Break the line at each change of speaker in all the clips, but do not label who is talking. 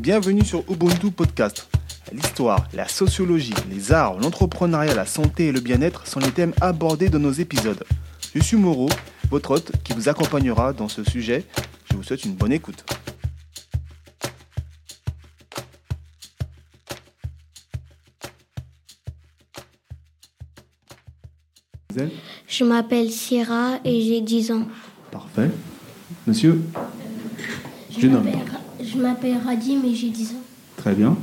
Bienvenue sur Ubuntu Podcast. L'histoire, la sociologie, les arts, l'entrepreneuriat, la santé et le bien-être sont les thèmes abordés dans nos épisodes. Je suis Moreau, votre hôte qui vous accompagnera dans ce sujet. Je vous souhaite une bonne écoute.
Je m'appelle Sierra et j'ai 10 ans.
Parfait. Monsieur
Je
Jeune homme.
m'appelle Ra- je m'appelle Radim et j'ai 10 ans.
Très bien.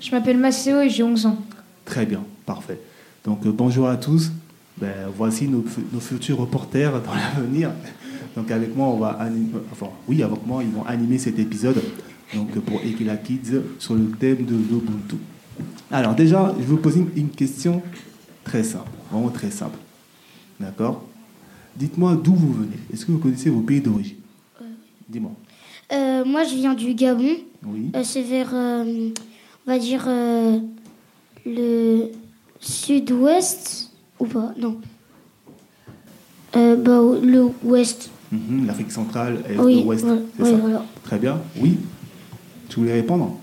Je m'appelle Maceo et j'ai 11 ans.
Très bien, parfait. Donc euh, bonjour à tous. Ben, voici nos, fu- nos futurs reporters dans l'avenir. Donc avec moi, on va animer, enfin oui, avec moi, ils vont animer cet épisode donc euh, pour Equila Kids sur le thème de l'Ubuntu. Alors déjà, je vais vous poser une- une question très simple, vraiment très simple. D'accord Dites-moi d'où vous venez. Est-ce que vous connaissez vos pays d'origine Dis-moi.
Euh, moi, je viens du Gabon.
Oui.
Euh, c'est vers, euh, on va dire, euh, le sud-ouest ou pas Non. Euh, bah, le ouest.
Mhm, L'Afrique centrale, est,
oui,
l'Ouest.
voilà,
c'est
oui,
ça
voilà.
Très bien. Oui. Tu voulais répondre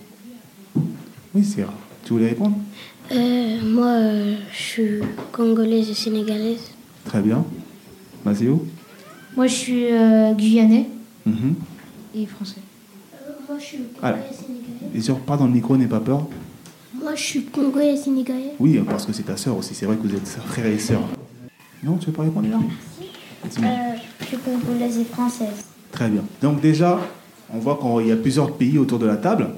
Oui, Sierra. Tu voulais répondre
Euh, moi, euh, je suis congolaise et sénégalaise.
Très bien. Mazéo
Moi, je suis euh, guyanais
Mhm.
et français.
Euh,
Moi, je suis
Alors.
congolaise et sénégalaise.
Et sur pas dans le micro, n'aie pas peur.
Moi, je suis congolaise et sénégalaise.
Oui, euh, parce que c'est ta sœur aussi. C'est vrai que vous êtes frère et sœur. Non, tu veux pas répondre là
Euh,
Euh,
je suis congolaise et française.
Très bien. Donc déjà, on voit qu'il y a plusieurs pays autour de la table.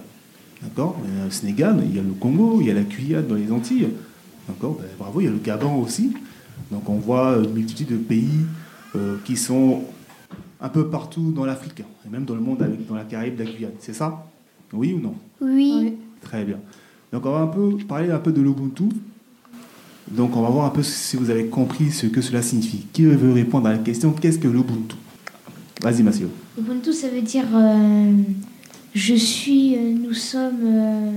D'accord Il y a le Sénégal, il y a le Congo, il y a la Guyane dans les Antilles. D'accord Ben, Bravo, il y a le Gabon aussi. Donc on voit une multitude de pays euh, qui sont un peu partout dans l'Afrique, hein, et même dans le monde, avec, dans la Caraïbe, la Guyane. C'est ça Oui ou non
Oui.
Très bien. Donc on va un peu parler un peu de l'Ubuntu. Donc on va voir un peu si vous avez compris ce que cela signifie. Qui veut répondre à la question qu'est-ce que l'Ubuntu Vas-y, Massio.
Ubuntu, ça veut dire euh, je suis, euh, nous sommes, euh,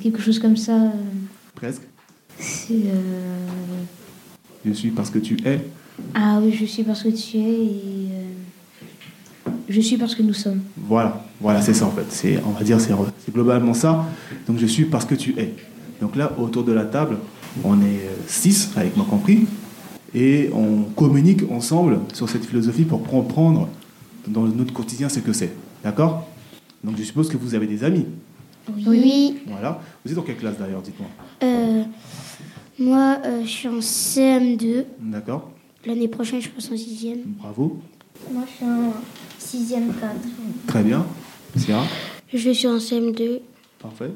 quelque chose comme ça. euh,
Presque.
C'est. euh,
Je suis parce que tu es.
Ah oui, je suis parce que tu es et. euh, Je suis parce que nous sommes.
Voilà, voilà, c'est ça en fait. C'est, on va dire, c'est, c'est globalement ça. Donc je suis parce que tu es. Donc là, autour de la table, on est 6, avec moi compris, et on communique ensemble sur cette philosophie pour comprendre dans notre quotidien ce que c'est. D'accord Donc je suppose que vous avez des amis.
Oui.
Voilà. Vous êtes dans quelle classe d'ailleurs, dites-moi.
Euh, moi, euh, je suis en CM2.
D'accord
L'année prochaine, je passe en sixième.
Bravo.
Moi, je suis en 6ème 4.
Très bien. Sierra
Je suis en CM2.
Parfait.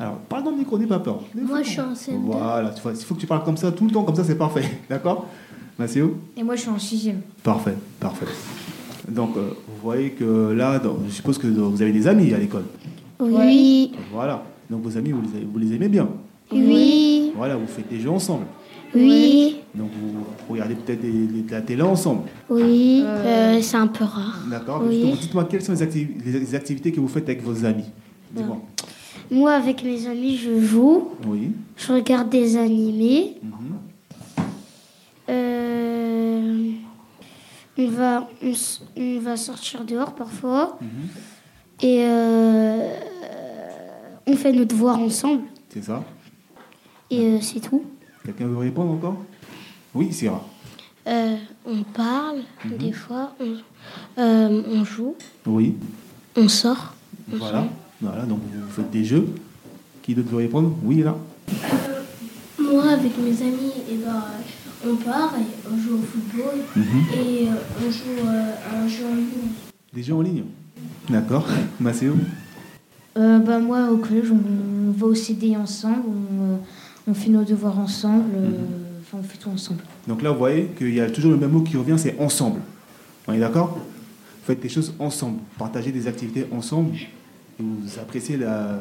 Alors, parle dans le micro, n'aie pas peur.
Moi, je suis en CM2.
Voilà, tu vois, il faut que tu parles comme ça tout le temps, comme ça c'est parfait. D'accord Massio
Et moi, je suis en sixième.
Parfait, parfait. Donc, euh, vous voyez que là, dans- je suppose que vous avez des amis à l'école.
Oui.
Voilà. Donc, vos amis, vous les, vous les aimez bien.
Oui.
Voilà, vous faites des jeux ensemble.
Oui.
Donc, vous regardez peut-être des- des- de la télé ensemble.
Oui. Euh, c'est un peu rare.
D'accord
Oui.
Donc, dites-moi, quelles sont les, activi- les activités que vous faites avec vos amis Dis-moi.
Moi, avec mes amis, je joue.
Oui.
Je regarde des animés.
Mhm.
Euh, on, va, on, s- on va sortir dehors parfois.
Mhm.
Et euh, on fait nos devoirs ensemble.
C'est ça.
Et euh, c'est tout.
Quelqu'un veut répondre encore Oui, Syrah.
Euh, on parle des fois. On, euh, on joue.
Oui.
On sort.
Voilà. Voilà, donc vous faites des jeux. Qui d'autre veut répondre Oui, là.
Moi, avec mes amis, eh ben, on part et on joue au football
Mhm.
et euh, on joue euh, à un jeu en ligne.
Des jeux en ligne D'accord. Maceo
Euh, bah, moi, au collège, on, on va au CD ensemble, on, euh, on fait nos devoirs ensemble, euh,
Mhm.
enfin, on fait tout ensemble.
Donc là, vous voyez qu'il y a toujours le même mot qui revient, c'est ensemble. On est d'accord Vous faites des choses ensemble, partagez des activités ensemble, et vous appréciez la,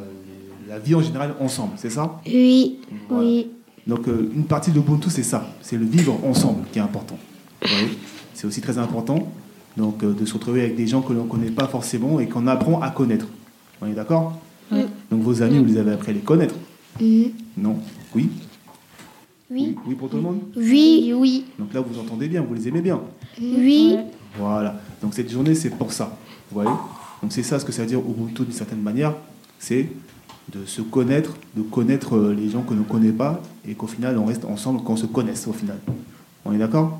la vie en général ensemble, c'est ça
Oui.
Voilà.
Oui.
Donc euh, une partie de l'Ubuntu, c'est ça, c'est le vivre ensemble qui est important. Vous voyez C'est aussi très important donc, euh, de se retrouver avec des gens que l'on ne connaît pas forcément et qu'on apprend à connaître. On est d'accord
Oui.
Donc vos amis, vous les avez appris à les connaître
Mhm.
Non Oui
Mm.
Oui.
Oui pour tout le monde
Oui. Oui.
Donc là, vous entendez bien, vous les aimez bien.
Oui.
Voilà. Donc cette journée, c'est pour ça. Vous voyez Donc c'est ça ce que ça veut dire Ubuntu d'une certaine manière, c'est de se connaître, de connaître euh, les gens que l'on ne connaît pas et qu'au final on reste ensemble qu'on se connaisse au final. On est d'accord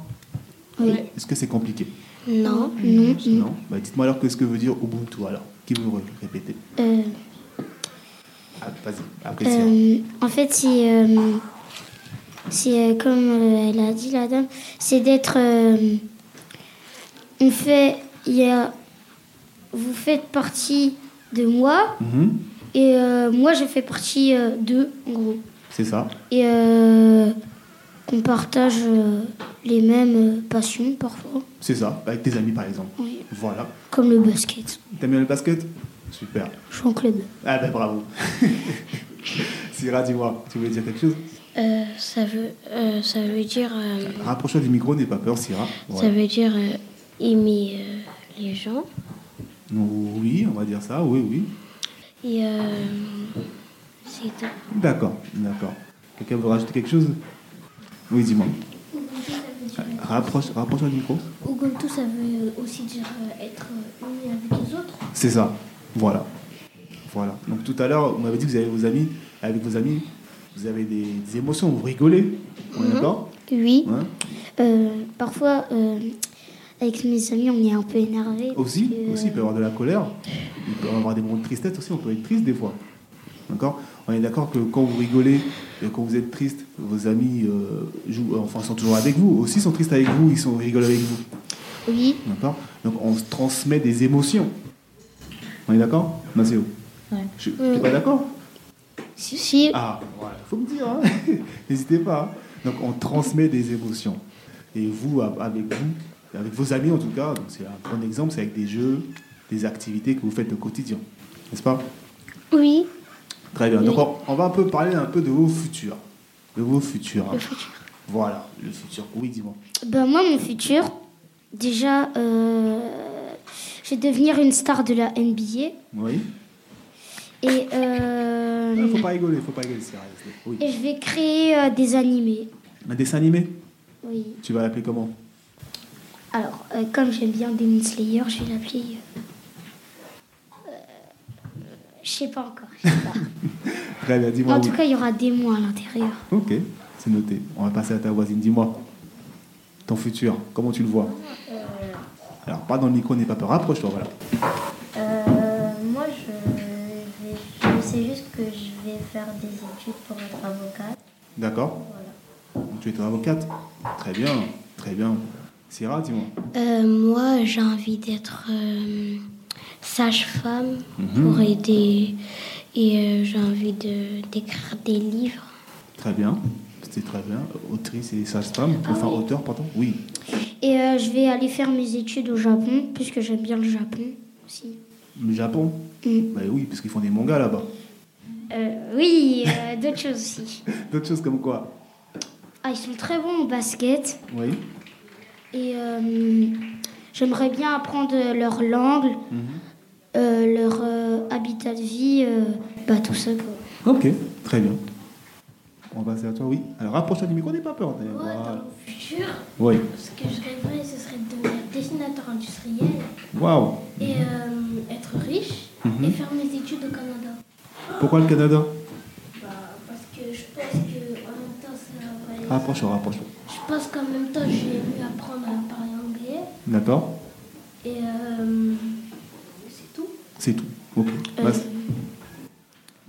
Oui.
Est-ce que c'est compliqué
Non,
Mm.
non, non.
Non Bah, Dites-moi alors qu'est-ce que veut dire Ubuntu alors Qui veut re- répéter
Euh,
Ah, Vas-y, après c'est-
euh, en fait, c'est euh, c'est, euh, comme euh, elle a dit la dame, c'est d'être. euh, on fait, il y a, vous faites partie de moi
Mhm,
et euh, moi je fais partie euh, d'eux en gros.
C'est ça.
Et euh, qu'on partage euh, les mêmes euh, passions parfois,
C'est ça, avec tes amis par exemple.
Oui.
Voilà.
comme le basket.
T'aimes bien le basket Super.
Je suis en club.
Ah ben bravo. Syrah, dis-moi, tu voulais dire quelque chose
ça, veut, euh, ça veut dire, euh,
Rapproche-toi du micro, n'aie pas peur, Syrah.
ça
Voilà.
veut dire euh, aimer euh, les gens.
Oui, on va dire ça, oui, oui.
Et euh, c'est tout.
D'accord, d'accord. Quelqu'un veut rajouter quelque chose Oui, dis-moi.
Ubuntu, ça veut dire
Rapproche, rapproche-toi du micro.
Ubuntu, ça veut aussi dire euh, être euh, unis avec les autres.
C'est ça. Voilà. Voilà. Donc tout à l'heure, on m'avait dit que vous avez vos amis, avec vos amis, vous avez des, des émotions, vous rigolez. On est
Mhm.
d'accord
Mm-hmm. Oui.
Hein
Euh, parfois, euh, avec mes amis, on est un peu énervé.
Aussi,
parce que- euh,
aussi, il peut y avoir de la colère, il peut y avoir des moments de tristesse aussi, on peut être triste des fois. D'accord On est d'accord que quand vous rigolez et quand vous êtes triste, vos amis euh, jouent, euh, enfin, sont toujours avec vous, aussi sont tristes avec vous, ils, sont, ils rigolent avec vous.
Oui.
D'accord Donc on se transmet des émotions. On est d'accord Maceo
Ouais.
Je T'es pas d'accord
Si, si.
Ah, voilà, faut me dire, hein. n'hésitez pas. hein. Donc on transmet des émotions. Et vous, a- avec vous, et avec vos amis en tout cas, donc c'est un bon exemple, c'est avec des jeux, des activités que vous faites au quotidien, n'est-ce pas
Oui.
Très bien. Donc on, on va un peu parler un peu de vos futurs, de vos futurs. hein. Voilà, le futur. Oui, dis-moi.
Ben, moi, mon futur, déjà, euh, je vais devenir une star de la NBA.
Oui.
Et,
Ah,
euh,
faut pas rigoler, faut pas rigoler, c'est vrai, c'est- Oui.
et je vais créer euh, des animés.
Un dessin animé.
Oui.
Tu vas l'appeler comment
Alors, euh, comme j'aime bien Demon Slayer, je vais l'appeler. euh, euh, je sais pas encore. je sais pas.
Très bien, dis-moi.
en
oui.
tout cas, il y aura des mots à l'intérieur.
Ok, c'est noté. On va passer à ta voisine. Dis-moi, ton futur, comment tu le vois
Euh,
Alors, pas dans le micro, n'aie pas peur. Rapproche-toi, voilà.
euh, moi, je, sais juste que je vais faire des études pour être avocate.
D'accord Donc, tu es ton avocate Très bien, très bien. Syrah, dis-moi.
Euh,
moi, j'ai envie d'être euh, sage-femme
Mhm.
pour aider. Et euh, j'ai envie de- d'écrire des livres.
Très bien, c'était très bien. Autrice et sage-femme,
Ah
enfin auteur, pardon Oui,
Et euh, je vais aller faire mes études au Japon, puisque j'aime bien le Japon aussi.
le Japon
Mm.
Bah oui, parce qu'ils font des mangas là-bas.
Euh, oui, euh, d'autres choses aussi.
D'autres choses comme quoi
Ah, ils sont très bons au basket.
Oui
Et euh, j'aimerais bien apprendre leur langue,
Mhm.
euh, leur euh, habitat de vie, euh, bah, tout ça. quoi.
Ok, très bien. On va passer à toi, oui. Alors, rapproche-toi du micro, n'aie pas peur. d'ailleurs.
Moi, dans
Voilà.
mon futur,
Oui.
ce que je rêverais, ce serait de devenir dessinateur industriel
Waouh
et euh, être riche
Mhm.
et faire mes études au Canada.
Pourquoi le Canada
Bah, parce que je pense que en même temps, ça va être-
Rapproche-toi, rapproche-toi.
Je pense qu'en même temps, je vais mieux apprendre à parler anglais
D'accord
et euh, c'est tout.
C'est tout. Ok. Mas-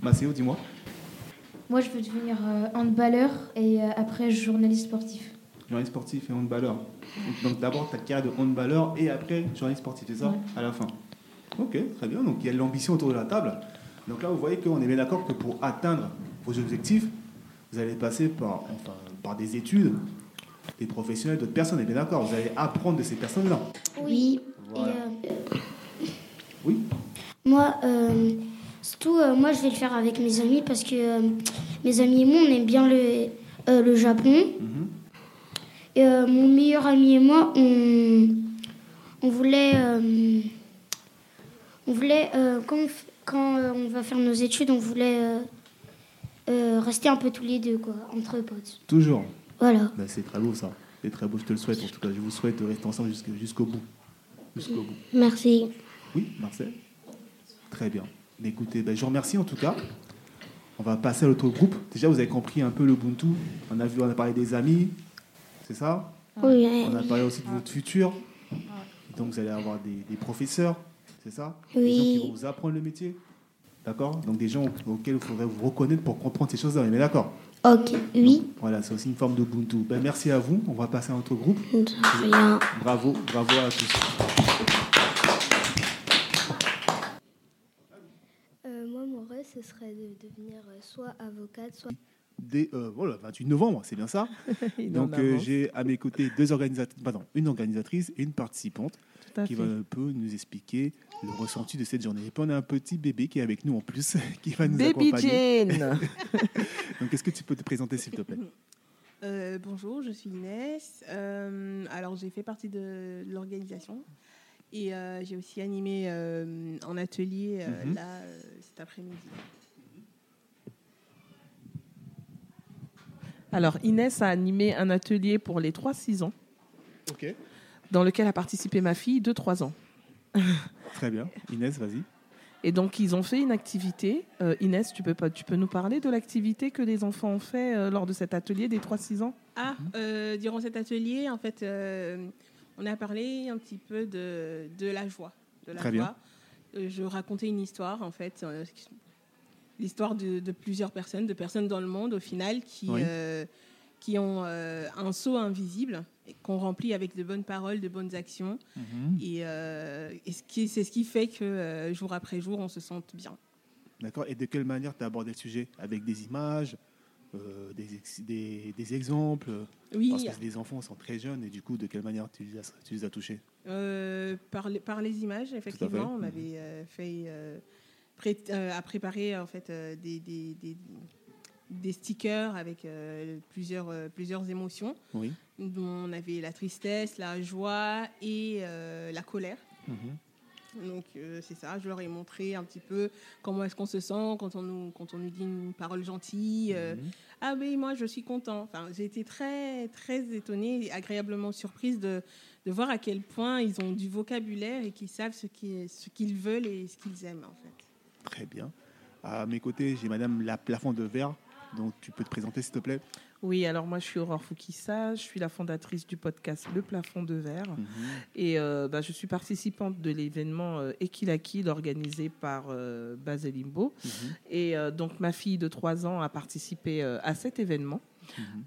Maceo, dis-moi.
Moi, je veux devenir euh, handballeur et euh, après journaliste sportif.
Journaliste sportif et handballeur. Donc, donc d'abord ta carrière de handballeur et après journaliste sportif, c'est ça
Ouais.
À la fin. Ok, très bien. Donc il y a de l'ambition autour de la table. Donc là, vous voyez qu'on est bien d'accord que pour atteindre vos objectifs, vous allez passer par, enfin, par des études, des professionnels, d'autres personnes. On est bien d'accord. Vous allez apprendre de ces personnes-là.
euh, Oui.
Voilà.
Et, euh,
Oui
moi, euh, surtout, euh, moi, je vais le faire avec mes amis, parce que euh, mes amis et moi, on aime bien le, euh, le Japon.
Mhm. Mm-hmm.
Et, euh, mon meilleur ami et moi, on, on voulait. euh, on voulait. euh, quand on, f- quand, euh, on va faire nos études, on voulait euh, euh, rester un peu tous les deux, quoi, entre potes.
Toujours.
Voilà.
Ben, c'est très beau ça. C'est très beau, je te le souhaite. En tout cas, je vous souhaite de rester ensemble jusque- jusqu'au bout. Jusqu'au bout.
Merci.
Oui, Marcel Très bien. Écoutez, ben, je vous remercie en tout cas. On va passer à l'autre groupe. Déjà, vous avez compris un peu l'Ubuntu. On a vu, on a parlé des amis, c'est ça
Oui,
On a parlé aussi de votre futur. Donc, vous allez avoir des, des professeurs, c'est ça Des gens
Oui.
qui vont vous apprendre le métier. D'accord Donc, des gens auxquels il faudrait vous reconnaître pour comprendre ces choses-là. Mais d'accord
Ok, oui.
Voilà, c'est aussi une forme d'Ubuntu. Ben, merci à vous. On va passer à notre groupe.
De rien.
Bravo, bravo à tous.
Euh, moi, mon rêve, ce serait de devenir euh, soit avocate, soit.
dès euh, voilà, 28 novembre, c'est bien ça.
Il en
Donc euh,
avance,
j'ai à mes côtés deux organisatrices, pardon, une organisatrice et une participante
tout à
qui
fait.
va un peu nous expliquer le ressenti de cette journée. Et puis on a un petit bébé qui est avec nous en plus, qui va nous
Baby
accompagner.
Jane
Donc est-ce que tu peux te présenter s'il te plaît
Euh, bonjour, je suis Inès. Euh, alors, j'ai fait partie de l'organisation et euh, j'ai aussi animé euh, en atelier euh,
Mhm.
là euh, cet après-midi.
Alors, Inès a animé un atelier pour les 3-6 ans,
Ok.
dans lequel a participé ma fille de 3 ans.
Très bien. Inès, vas-y.
Et donc, ils ont fait une activité. Euh, Inès, tu peux, pas, tu peux nous parler de l'activité que les enfants ont fait euh, lors de cet atelier des 3-6 ans
Ah,
Mhm.
euh, durant cet atelier, en fait, euh, on a parlé un petit peu de, de la joie. De la
Très bien.
joie. Euh, je racontais une histoire, en fait, euh, l'histoire de, de plusieurs personnes, de personnes dans le monde, au final, qui,
Oui.
euh, qui ont euh, un seau invisible et qu'on remplit avec de bonnes paroles, de bonnes actions.
Mhm.
Mm-hmm.
Et, euh, et ce qui- c'est ce qui fait que euh, jour après jour, on se sente bien.
D'accord. Et de quelle manière tu as abordé le sujet Avec des images, euh, des, ex- des, des exemples Parce
Oui,
que les enfants sont très jeunes et du coup, de quelle manière tu les as, tu les as touchés
euh, par, les, par les images, effectivement, on
Mhm.
avait euh, fait euh, pré- euh, à préparer en fait euh, des, des- des- des stickers avec euh, plusieurs, euh, plusieurs émotions.
Oui.
dont on avait la tristesse, la joie et euh, la colère.
Mhm.
Donc euh, c'est ça, je leur ai montré un petit peu comment est-ce qu'on se sent quand on nous, quand on nous dit une parole gentille. euh,
Mhm.
ah oui, moi je suis content. Enfin, j'ai été très très étonnée et agréablement surprise de, de voir à quel point ils ont du vocabulaire et qu'ils savent ce qui- ce qu'ils veulent et ce qu'ils aiment en fait.
Très bien. À mes côtés, j'ai Madame la plafond de verre. Donc, tu peux te présenter, s'il te plaît
Oui, alors moi, je suis Aurore Foukissa, je suis la fondatrice du podcast Le Plafond de Verre. Et euh, bah, je suis participante de l'événement euh, Ekilaki, organisé par euh, Baselimbo. Et euh, donc, ma fille de 3 ans a participé euh, à cet événement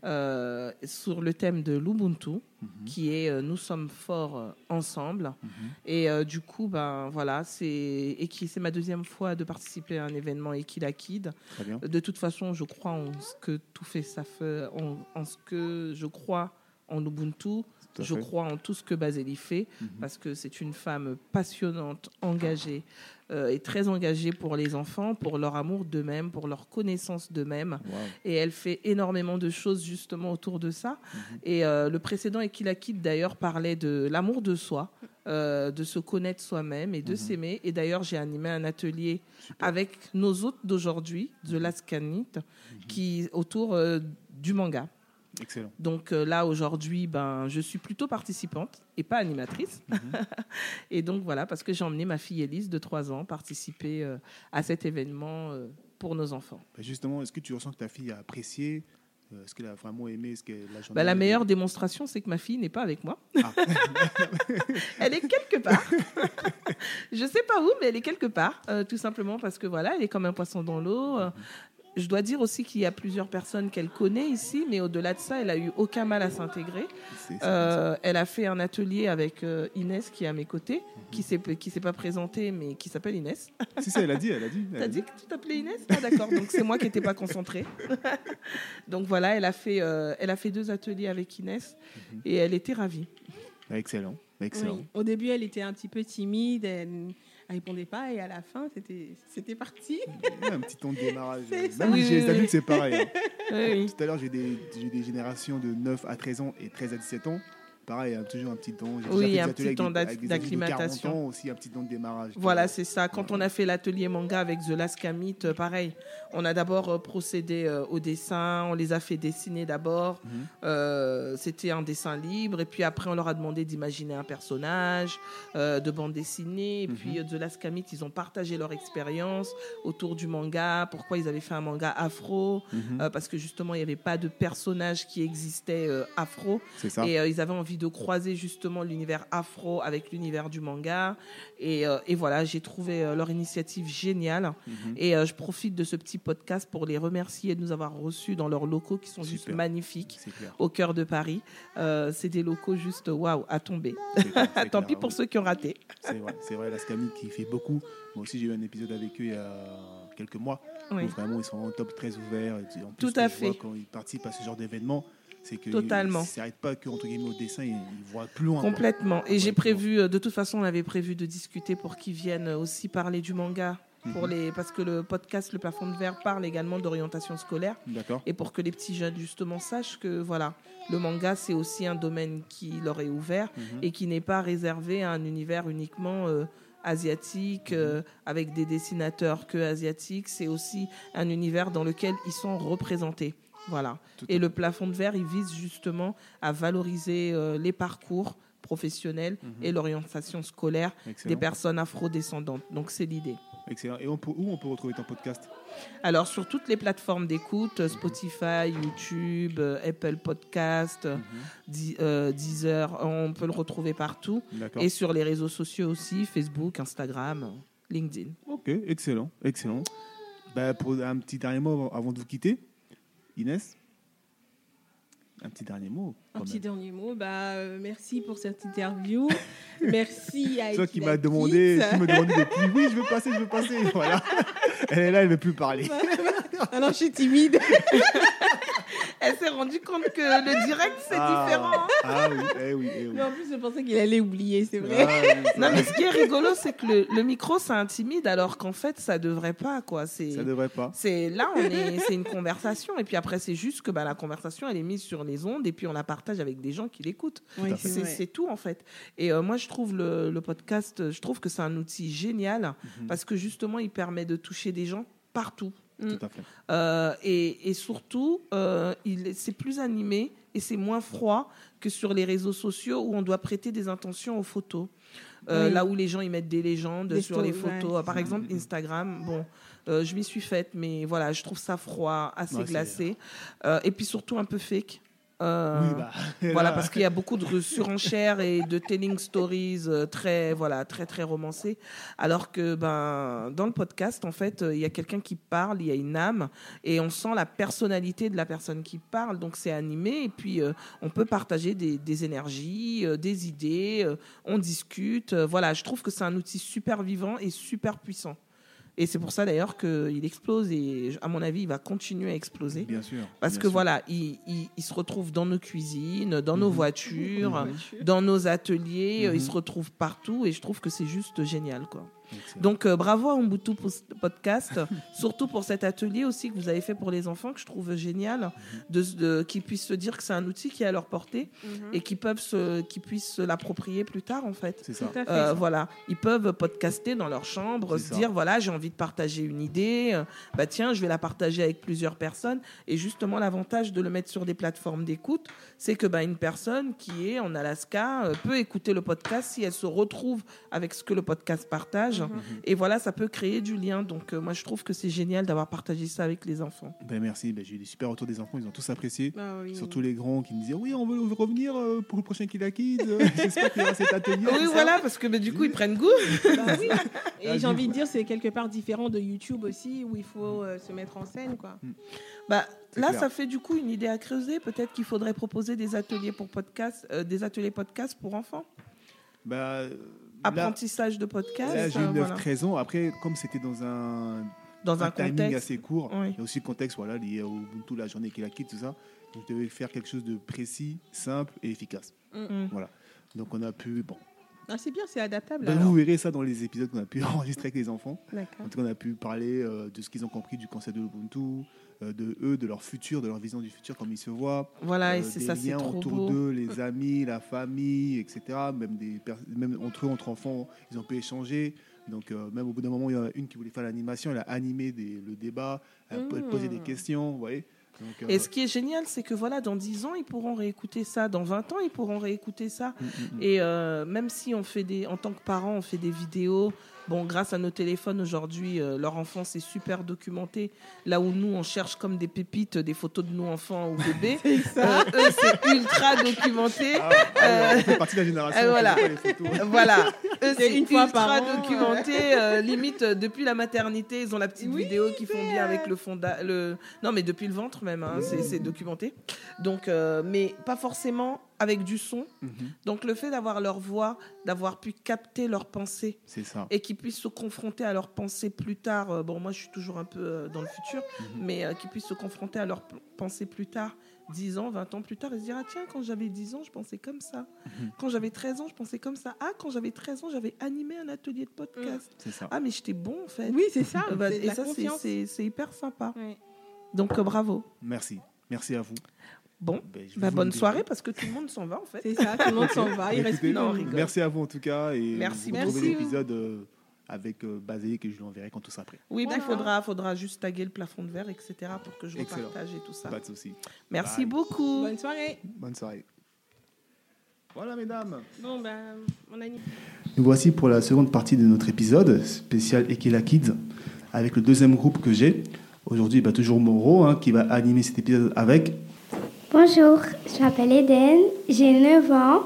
euh, sur le thème de l'Ubuntu, qui est euh, Nous sommes forts euh, ensemble.
Mhm.
Et euh, du coup, ben, voilà, c'est Eki- c'est ma deuxième fois de participer à un événement Ekilaki.
Très bien.
De toute façon, je crois en ce que tout fait ça fait, en, en ce que je crois en Ubuntu,
Tout à
je
fait.
crois en tout ce que Baseli fait,
Mhm.
parce que c'est une femme passionnante, engagée, euh, et très engagée pour les enfants, pour leur amour d'eux-mêmes, pour leur connaissance d'eux-mêmes.
Waouh.
Et elle fait énormément de choses justement autour de ça. Et euh, le précédent Ekilakit d'ailleurs parlait de l'amour de soi, euh, de se connaître soi-même et de s'aimer. Et d'ailleurs, j'ai animé un atelier avec nos hôtes d'aujourd'hui, de Lascanit, qui autour euh, du manga.
Excellent.
Donc euh, là aujourd'hui, ben je suis plutôt participante et pas animatrice. et donc voilà parce que j'ai emmené ma fille Elise de 3 ans participer euh, à cet événement euh, pour nos enfants.
Bah, justement, est-ce que tu ressens que ta fille a apprécié Euh, Est-ce qu'elle a vraiment aimé ce que la journée
Bah, la meilleure démonstration, c'est que ma fille n'est pas avec moi.
Ah.
elle est quelque part. je sais pas où, mais elle est quelque part, euh, tout simplement parce que voilà, elle est comme un poisson dans l'eau. Euh, je dois dire aussi qu'il y a plusieurs personnes qu'elle connaît ici, mais au-delà de ça, elle a eu aucun mal à s'intégrer.
C'est- c'est-
Euh, elle a fait un atelier avec euh, Inès qui est à mes côtés, qui s'est qui s'est pas présentée, mais qui s'appelle Inès.
Mhm. Si, ça, elle a dit, elle a dit. elle
T'as
a
dit que tu t'appelais Inès Ah d'accord, donc c'est moi qui n'étais pas concentrée. donc voilà, elle a, fait, euh, elle a fait deux ateliers avec Inès et elle était ravie.
Bah, excellent, Mhm. excellent.
Oui. Au début, elle était un petit peu timide, elle ne répondait pas et à la fin, c'était c'était parti.
Ouais, un petit ton de démarrage.
C'est ça.
Même
Oui,
chez les
oui,
adultes,
oui.
c'est pareil. hein. Tout à l'heure, j'ai des, j'ai des générations de 9 à 13 ans et 13 à 17 ans. Pareil, hein, toujours un petit don. J'ai
Oui,
déjà fait des ateliers
un petit
avec des-
don d'ac-
avec des amis de
d'acclimatation.
40 ans aussi, un petit don de démarrage.
Voilà, c'est ça. Quand on a fait l'atelier manga avec The Last Kamit, euh, pareil, on a d'abord euh, procédé euh, au dessin, on les a fait dessiner d'abord.
Mm.
Mhm.
Euh, C'était un dessin libre, et puis après, on leur a demandé d'imaginer un personnage, euh, de bande dessinée. Et
Mhm.
puis, euh, The Last Kamit, ils ont partagé leur expérience autour du manga, pourquoi ils avaient fait un manga afro,
Mhm.
euh, parce que justement, il n'y avait pas de personnage qui existait euh, afro.
C'est ça.
Et euh, ils avaient envie de croiser justement l'univers afro avec l'univers du manga. Et, euh, et voilà, j'ai trouvé euh, leur initiative géniale.
Mhm.
Et euh, je profite de ce petit podcast pour les remercier de nous avoir reçus dans leurs locaux qui sont juste
Super.
magnifiques
C'est clair.
au cœur de Paris. Euh, c'est des locaux juste waouh à tomber.
c'est clair, c'est
Tant
clair,
pis pour
oui.
ceux qui ont raté.
C'est vrai, c'est vrai, la Scamine qui fait beaucoup. Moi aussi, j'ai eu un épisode avec eux il y a quelques mois.
Oui.
où vraiment, ils sont en top très ouverts. Et en
Tout
plus, ce que
à
je vois
fait.
quand ils participent à ce genre d'événement, c'est que
Totalement.
ils ne s'arrêtent pas que entre guillemets au dessin, ils, ils voient plus loin. quoi.
Complètement. Et
Ouais,
j'ai
tu vois.
prévu, euh, de toute façon, on avait prévu de discuter pour qu'ils viennent aussi parler du manga. Pour
Mhm.
les, parce que le podcast Le plafond de verre parle également d'orientation scolaire.
D'accord.
et pour que les petits jeunes justement sachent que voilà, le manga c'est aussi un domaine qui leur est ouvert
Mhm.
et qui n'est pas réservé à un univers uniquement euh, asiatique
Mhm.
euh, avec des dessinateurs que asiatiques, c'est aussi un univers dans lequel ils sont représentés. Voilà.
Tout à
Et le plafond de verre, il vise justement à valoriser euh, les parcours professionnels et l'orientation scolaire des
Mhm. Excellent.
personnes afrodescendantes. Donc c'est l'idée.
Excellent. Et on peut- où on peut retrouver ton podcast
Alors sur toutes les plateformes d'écoute, euh, Spotify, YouTube, euh, Apple Podcast,
Mhm.
euh, Dee- euh, Deezer, on peut le retrouver partout.
D'accord.
Et sur les réseaux sociaux aussi, Facebook, Instagram, euh, LinkedIn.
Ok, excellent, excellent. Bah, pour un petit dernier mot avant- avant de vous quitter, Inès. Un petit dernier mot.
Un
quand
petit
même.
dernier mot. Bah, euh, merci pour cette interview. merci
Bah,
à
Toi qui
m'a
m'as demandé, qui me demandait depuis, oui, je veux passer, je veux passer. Voilà. Elle est là, elle ne veut plus parler.
Ah non, je suis timide.
Elle s'est rendue compte que le direct, c'est différent. hein.
Ah oui, eh oui, eh oui.
Mais en plus, je pensais qu'il allait oublier, c'est vrai.
Ah, oui, ça-
Non mais ce qui est rigolo, c'est que le, le micro, ça intimide alors qu'en fait, ça devrait pas. quoi. C'est
ça devrait pas.
C'est là, on est, c'est une conversation. Et puis après, c'est juste que bah, la conversation, elle est mise sur les ondes et puis on la partage avec des gens qui l'écoutent.
Oui,
à fait.
C'est c'est tout en fait. Et euh, moi, je trouve le, le podcast, euh, je trouve que c'est un outil génial
Mhm.
parce que justement, il permet de toucher des gens partout.
Tout
Mm.
à fait.
Euh, et, et surtout, euh, il est- c'est plus animé et c'est moins froid que sur les réseaux sociaux où on doit prêter des intentions aux photos. Euh,
Oui.
Là où les gens ils mettent des légendes
Des
sur les
stories,
photos.
ouais.
Euh, Par exemple,
Mm-hmm.
Instagram, bon, euh, je m'y suis faite, mais voilà, je trouve ça froid, assez
Ouais, c'est-
glacé. Euh, et puis surtout un peu fake. Euh,
Oui, bah,
voilà,
là,
parce qu'il y a beaucoup de surenchères et de telling stories euh, très, voilà, très, très romancées. Alors que ben, dans le podcast, en fait, euh, il y a quelqu'un qui parle, il y a une âme, et on sent la personnalité de la personne qui parle. Donc c'est animé, et puis euh, on peut partager des, des énergies, euh, des idées, euh, on discute. euh, voilà, je trouve que c'est un outil super vivant et super puissant. Et c'est pour ça d'ailleurs qu'il explose, et à mon avis, il va continuer à exploser.
Bien sûr.
Parce
bien
que
sûr.
voilà, ils, ils- ils se retrouvent dans nos cuisines, dans nos
Mhm.
voitures,
Mhm.
dans nos ateliers, euh,
Mhm.
ils se retrouvent partout et je trouve que c'est juste génial. Quoi.
Excellent.
Donc euh, bravo à Ubuntu Podcast, surtout pour cet atelier aussi que vous avez fait pour les enfants, que je trouve génial,
Mhm.
de, de- qu'ils puissent se dire que c'est un outil qui est à leur portée et qu'ils, peuvent se, qu'ils puissent se l'approprier plus tard en fait.
c'est ça.
Tout à fait.
Euh, voilà, ils peuvent podcaster dans leur chambre,
C'est
se
ça.
dire voilà, j'ai envie de partager une idée, euh, bah tiens, je vais la partager avec plusieurs personnes. Et justement, l'avantage de le mettre sur des plateformes d'écoute, c'est que bah, une personne qui est en Alaska euh, peut écouter le podcast si elle se retrouve avec ce que le podcast partage.
Mhm.
Et voilà, ça peut créer du lien. Donc euh, moi, je trouve que c'est génial d'avoir partagé ça avec les enfants.
Ben, merci. Ben, j'ai eu des super retours des enfants. Ils ont tous apprécié.
Ah oui.
Surtout les grands qui me disaient Oui, on veut revenir euh, pour le prochain Kila Kids. J'espère qu'il y aura cet atelier.
Oui, voilà, parce que bah, du coup, ils prennent goût.
Bah oui.
Ah,
Et j'ai envie de dire, c'est quelque part différent de YouTube aussi, où il faut euh, se mettre en scène, quoi.
Bah,
Mm. C'est
là,
clair.
ça fait du coup une idée à creuser. Peut-être qu'il faudrait proposer des ateliers pour podcast, euh, des ateliers podcast pour enfants,
Ben, là,
apprentissage de podcast,
là, j'ai
euh,
eu 9,
voilà.
13 ans. Après, comme c'était dans un,
dans un,
timing
contexte.
assez court,
Oui.
il y a aussi le contexte voilà, lié au Ubuntu, la journée Kila Kids, tout ça. Donc, je devais faire quelque chose de précis, simple et efficace.
Mm.
Voilà. Donc on a pu, bon,
Ah, c'est bien, c'est adaptable.
Ben,
alors.
vous verrez ça dans les épisodes qu'on a pu enregistrer avec les enfants.
D'accord.
En tout cas, on a pu parler euh, de ce qu'ils ont compris du concept de l'Ubuntu, euh, de eux, de leur futur, de leur vision du futur, comme ils se voient.
Voilà, et
euh,
c'est
des
ça, c'est
liens
trop
autour
beau.
d'eux, les amis, la famille, etc. Même, des pers- même entre eux, entre enfants, ils ont pu échanger. Donc, euh, même au bout d'un moment, il y en a une qui voulait faire l'animation, elle a animé des- le débat, elle a
Mm.
elle posait des questions, vous voyez. Donc, euh,
Mmh. Et ce qui est génial, c'est que voilà, dans 10 ans, ils pourront réécouter ça. Dans 20 ans, ils pourront réécouter ça.
mm, mm, mm.
Et euh, même si on fait des, en tant que parents, on fait des vidéos. Bon, grâce à nos téléphones aujourd'hui, euh, leur enfance est super documentée. Là où nous, on cherche comme des pépites euh, des photos de nos enfants ou bébés. Euh, eux, c'est ultra documenté.
Ah, ah, on fait partie de la génération.
Euh,
qui
voilà.
voit pas les photos.
Voilà, eux
C'est
c'est
une fois
ultra
par an,
documenté, euh, limite euh, depuis la maternité, ils ont la petite
Oui,
vidéo qu'ils font bien
euh,
avec le fonda, le non mais depuis le ventre même, hein, c'est- c'est documenté. Donc, euh, mais pas forcément avec du son.
Mhm,
Donc le fait d'avoir leur voix, d'avoir pu capter leurs pensées
C'est ça.
et qu'ils puissent se confronter à leurs pensées plus tard. euh, bon, moi je suis toujours un peu euh, dans le futur,
Mhm.
mais euh, qu'ils puissent se confronter à leurs p- pensées plus tard, 10 ans, 20 ans plus tard, et se dire Ah tiens, quand j'avais 10 ans, je pensais comme ça.
Mhm.
Quand j'avais 13 ans, je pensais comme ça. Ah, quand j'avais 13 ans, j'avais animé un atelier de podcast.
C'est ça.
Ah, mais j'étais bon en fait.
Oui, c'est ça.
Euh, bah,
c'est de
et
la
ça, c'est-
confiance.
c'est c'est hyper sympa.
Ouais.
Donc euh, bravo.
Merci. Merci à vous.
Bon,
Ben, je
bah,
vous
bonne
le dis.
soirée parce que tout le monde s'en va en fait.
C'est ça, tout le monde s'en
Ah,
va,
Bah,
il reste
écoutez,
plus
non,
dans
on rigole.
Merci à vous en tout cas et
Merci,
vous
merci.
retrouvez l'épisode euh, avec euh, Basilic et je l'enverrai quand tout sera prêt.
Oui, bah, il
Voilà.
faudra, faudra juste taguer le plafond de verre, etc. pour que je
Excellent.
repartage et tout ça.
Pas de souci.
Merci
Bye.
beaucoup.
Bonne soirée.
Bonne soirée. Voilà mesdames.
Bon, ben, on a
Nous voici pour la seconde partie de notre épisode spécial Ekila Kids avec le deuxième groupe que j'ai. Aujourd'hui, bah, toujours Moreau hein, qui va animer cet épisode avec.
Bonjour, je m'appelle Eden, j'ai 9 ans.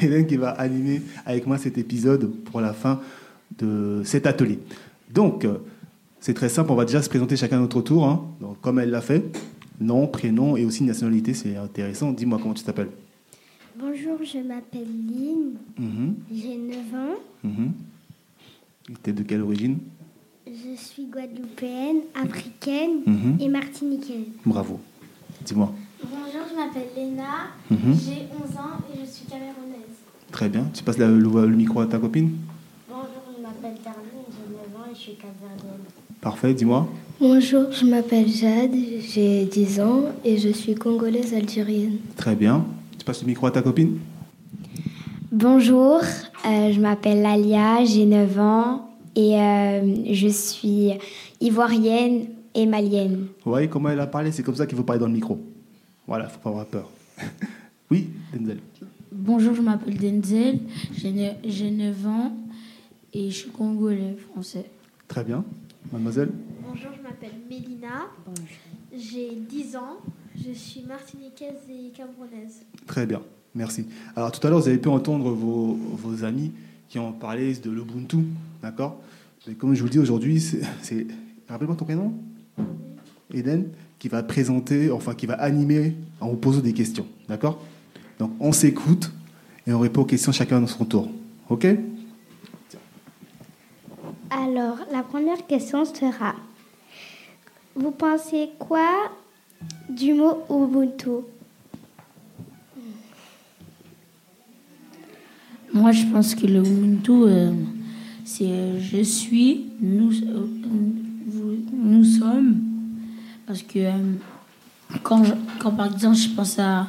Hélène qui va animer avec moi cet épisode pour la fin de cet atelier. Donc, euh, c'est très simple, on va déjà se présenter chacun à notre tour, hein. Donc, comme elle l'a fait. Nom, prénom et aussi nationalité, c'est intéressant. Dis-moi comment tu t'appelles.
Bonjour, je m'appelle Lynn,
Mhm,
j'ai 9 ans.
mhm. Et T'es de quelle origine
Je suis guadeloupéenne, africaine
Mhm.
et martiniquaise.
Bravo. Dis-moi.
Bonjour, je m'appelle Léna,
Mhm.
j'ai 11 ans et je suis camerounaise.
Très bien. Tu passes la- le, le micro à ta copine
Bonjour, je m'appelle Darlene, j'ai 9 ans et je suis camerounaise.
Parfait, dis-moi.
Bonjour, je m'appelle Jade, j'ai 10 ans et je suis congolaise algérienne.
Très bien. Tu passes le micro à ta copine
Bonjour, euh, je m'appelle Lalia, j'ai 9 ans et euh, je suis ivoirienne et malienne.
Vous voyez comment elle a parlé C'est comme ça qu'il faut parler dans le micro. Voilà, faut pas avoir peur. oui, Denzel.
Bonjour, je m'appelle Denzel, j'ai ne- j'ai 9 ans et je suis congolais français.
Très bien. Mademoiselle
Bonjour, je m'appelle Mélina, j'ai 10 ans, je suis martiniquaise et camerounaise.
Très bien, merci. Alors tout à l'heure, vous avez pu entendre vos, vos amis qui ont parlé de l'Ubuntu, d'accord Mais comme je vous le dis aujourd'hui, c'est- c'est... Rappelle-moi ton prénom Eden, qui va présenter, enfin qui va animer en vous posant des questions, d'accord Donc on s'écoute et on répond aux questions chacun dans son tour, ok
Alors, la première question sera Vous pensez quoi du mot Ubuntu
Moi, je pense que le Ubuntu, euh, c'est euh, je suis, nous, euh, vous- nous sommes. Parce que euh, quand, je- quand, par exemple, je pense à.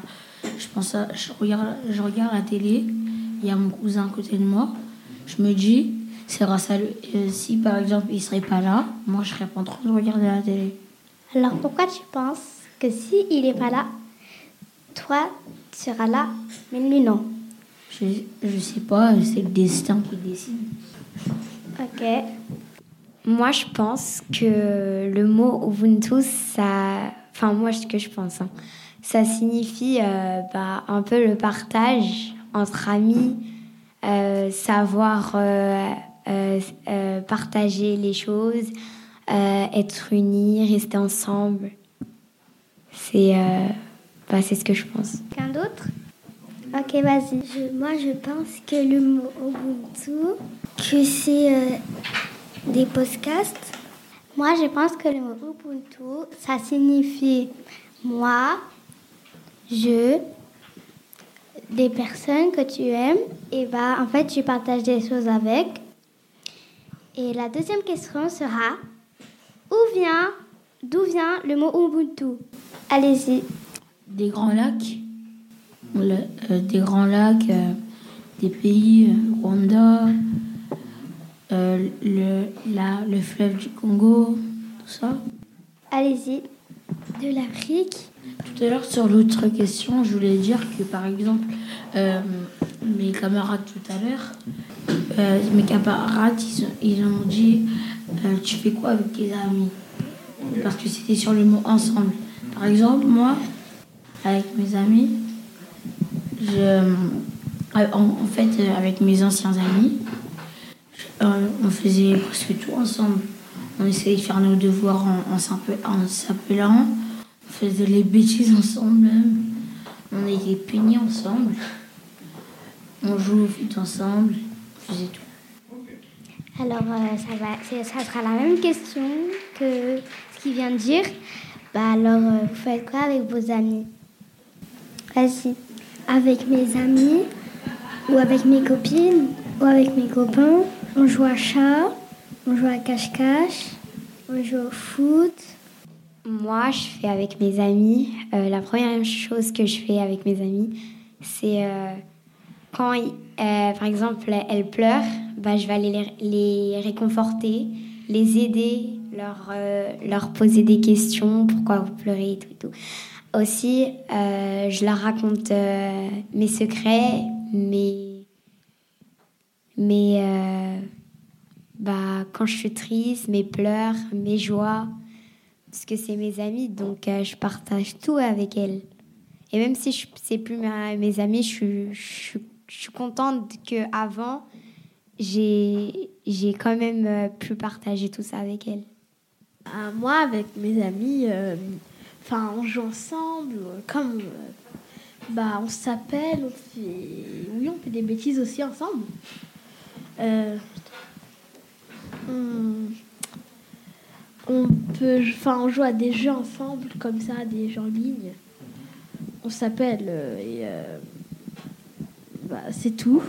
Je, pense à, je, regarde, je regarde la télé, il y a mon cousin à côté de moi. Je me dis, c'est grâce à lui. euh, si par exemple, il serait pas là, moi, je serais pas en train de regarder la télé.
Alors, pourquoi tu penses que si il n'est pas là, toi, tu seras là, mais lui, non
Je, je sais pas, c'est le destin qui décide.
Ok. Moi, je pense que le mot Ubuntu, ça. Enfin, moi, ce que je pense, hein, ça signifie euh, bah, un peu le partage entre amis, euh, savoir euh, euh, euh, partager les choses, euh, être unis, rester ensemble. C'est euh, bah, c'est ce que je pense. Quelqu'un d'autre Ok, vas-y. moi, je pense que le mot Ubuntu, que c'est euh, des podcasts. Moi, je pense que le mot Ubuntu, ça signifie moi, je, des personnes que tu aimes, et bah, en fait, tu partages des choses avec. Et la deuxième question sera où vient, d'où vient le mot Ubuntu Allez-y.
Des grands lacs, Le- euh, des grands lacs, euh, des pays, euh, Rwanda, euh, le, la- le fleuve du Congo, tout ça.
Allez-y. De l'Afrique
Tout à l'heure, sur l'autre question, je voulais dire que, par exemple, euh, mes camarades tout à l'heure, euh, mes camarades, ils, ont- ils ont dit euh, Tu fais quoi avec tes amis Parce que c'était sur le mot ensemble. Par exemple, moi, avec mes amis, je, euh, en, en fait, euh, avec mes anciens amis, je- euh, on faisait presque tout ensemble. On essayait de faire nos devoirs en, en s'appel- en s'appelant. On faisait les bêtises ensemble même. On était punis ensemble. On jouait au foot ensemble. On faisait tout.
Alors, euh, ça, va, c'est- ça sera la même question que ce qu'il vient de dire. Bah alors, euh, vous faites quoi avec vos amis Vas-y.
Avec mes amis, ou avec mes copines, ou avec mes copains, on joue à chat, on joue à cache-cache, on joue au foot.
Moi, je fais avec mes amis. euh, la première chose que je fais avec mes amis, c'est euh, quand, ils- euh, par exemple, elles pleurent, bah, je vais aller les, les réconforter, les aider, leur, euh, leur poser des questions, pourquoi vous pleurez et tout. et tout. Aussi, euh, je leur raconte euh, mes secrets, mes... mes euh, bah, quand je suis triste, mes pleurs, mes joies parce que c'est mes amis, donc euh, je partage tout avec elles. Et même si je c'est plus ma- mes amis, je, suis- je, suis- je suis contente que avant j'ai j'ai quand même euh, pu partager tout ça avec elles.
Ah, moi, avec mes amis, euh, enfin, on joue ensemble, euh, comme euh, bah, on s'appelle, on fait, oui, on fait des bêtises aussi ensemble. Euh, on, on peut, enfin, on joue à des jeux ensemble, comme ça, des jeux en ligne. On s'appelle euh, et euh, bah, c'est tout.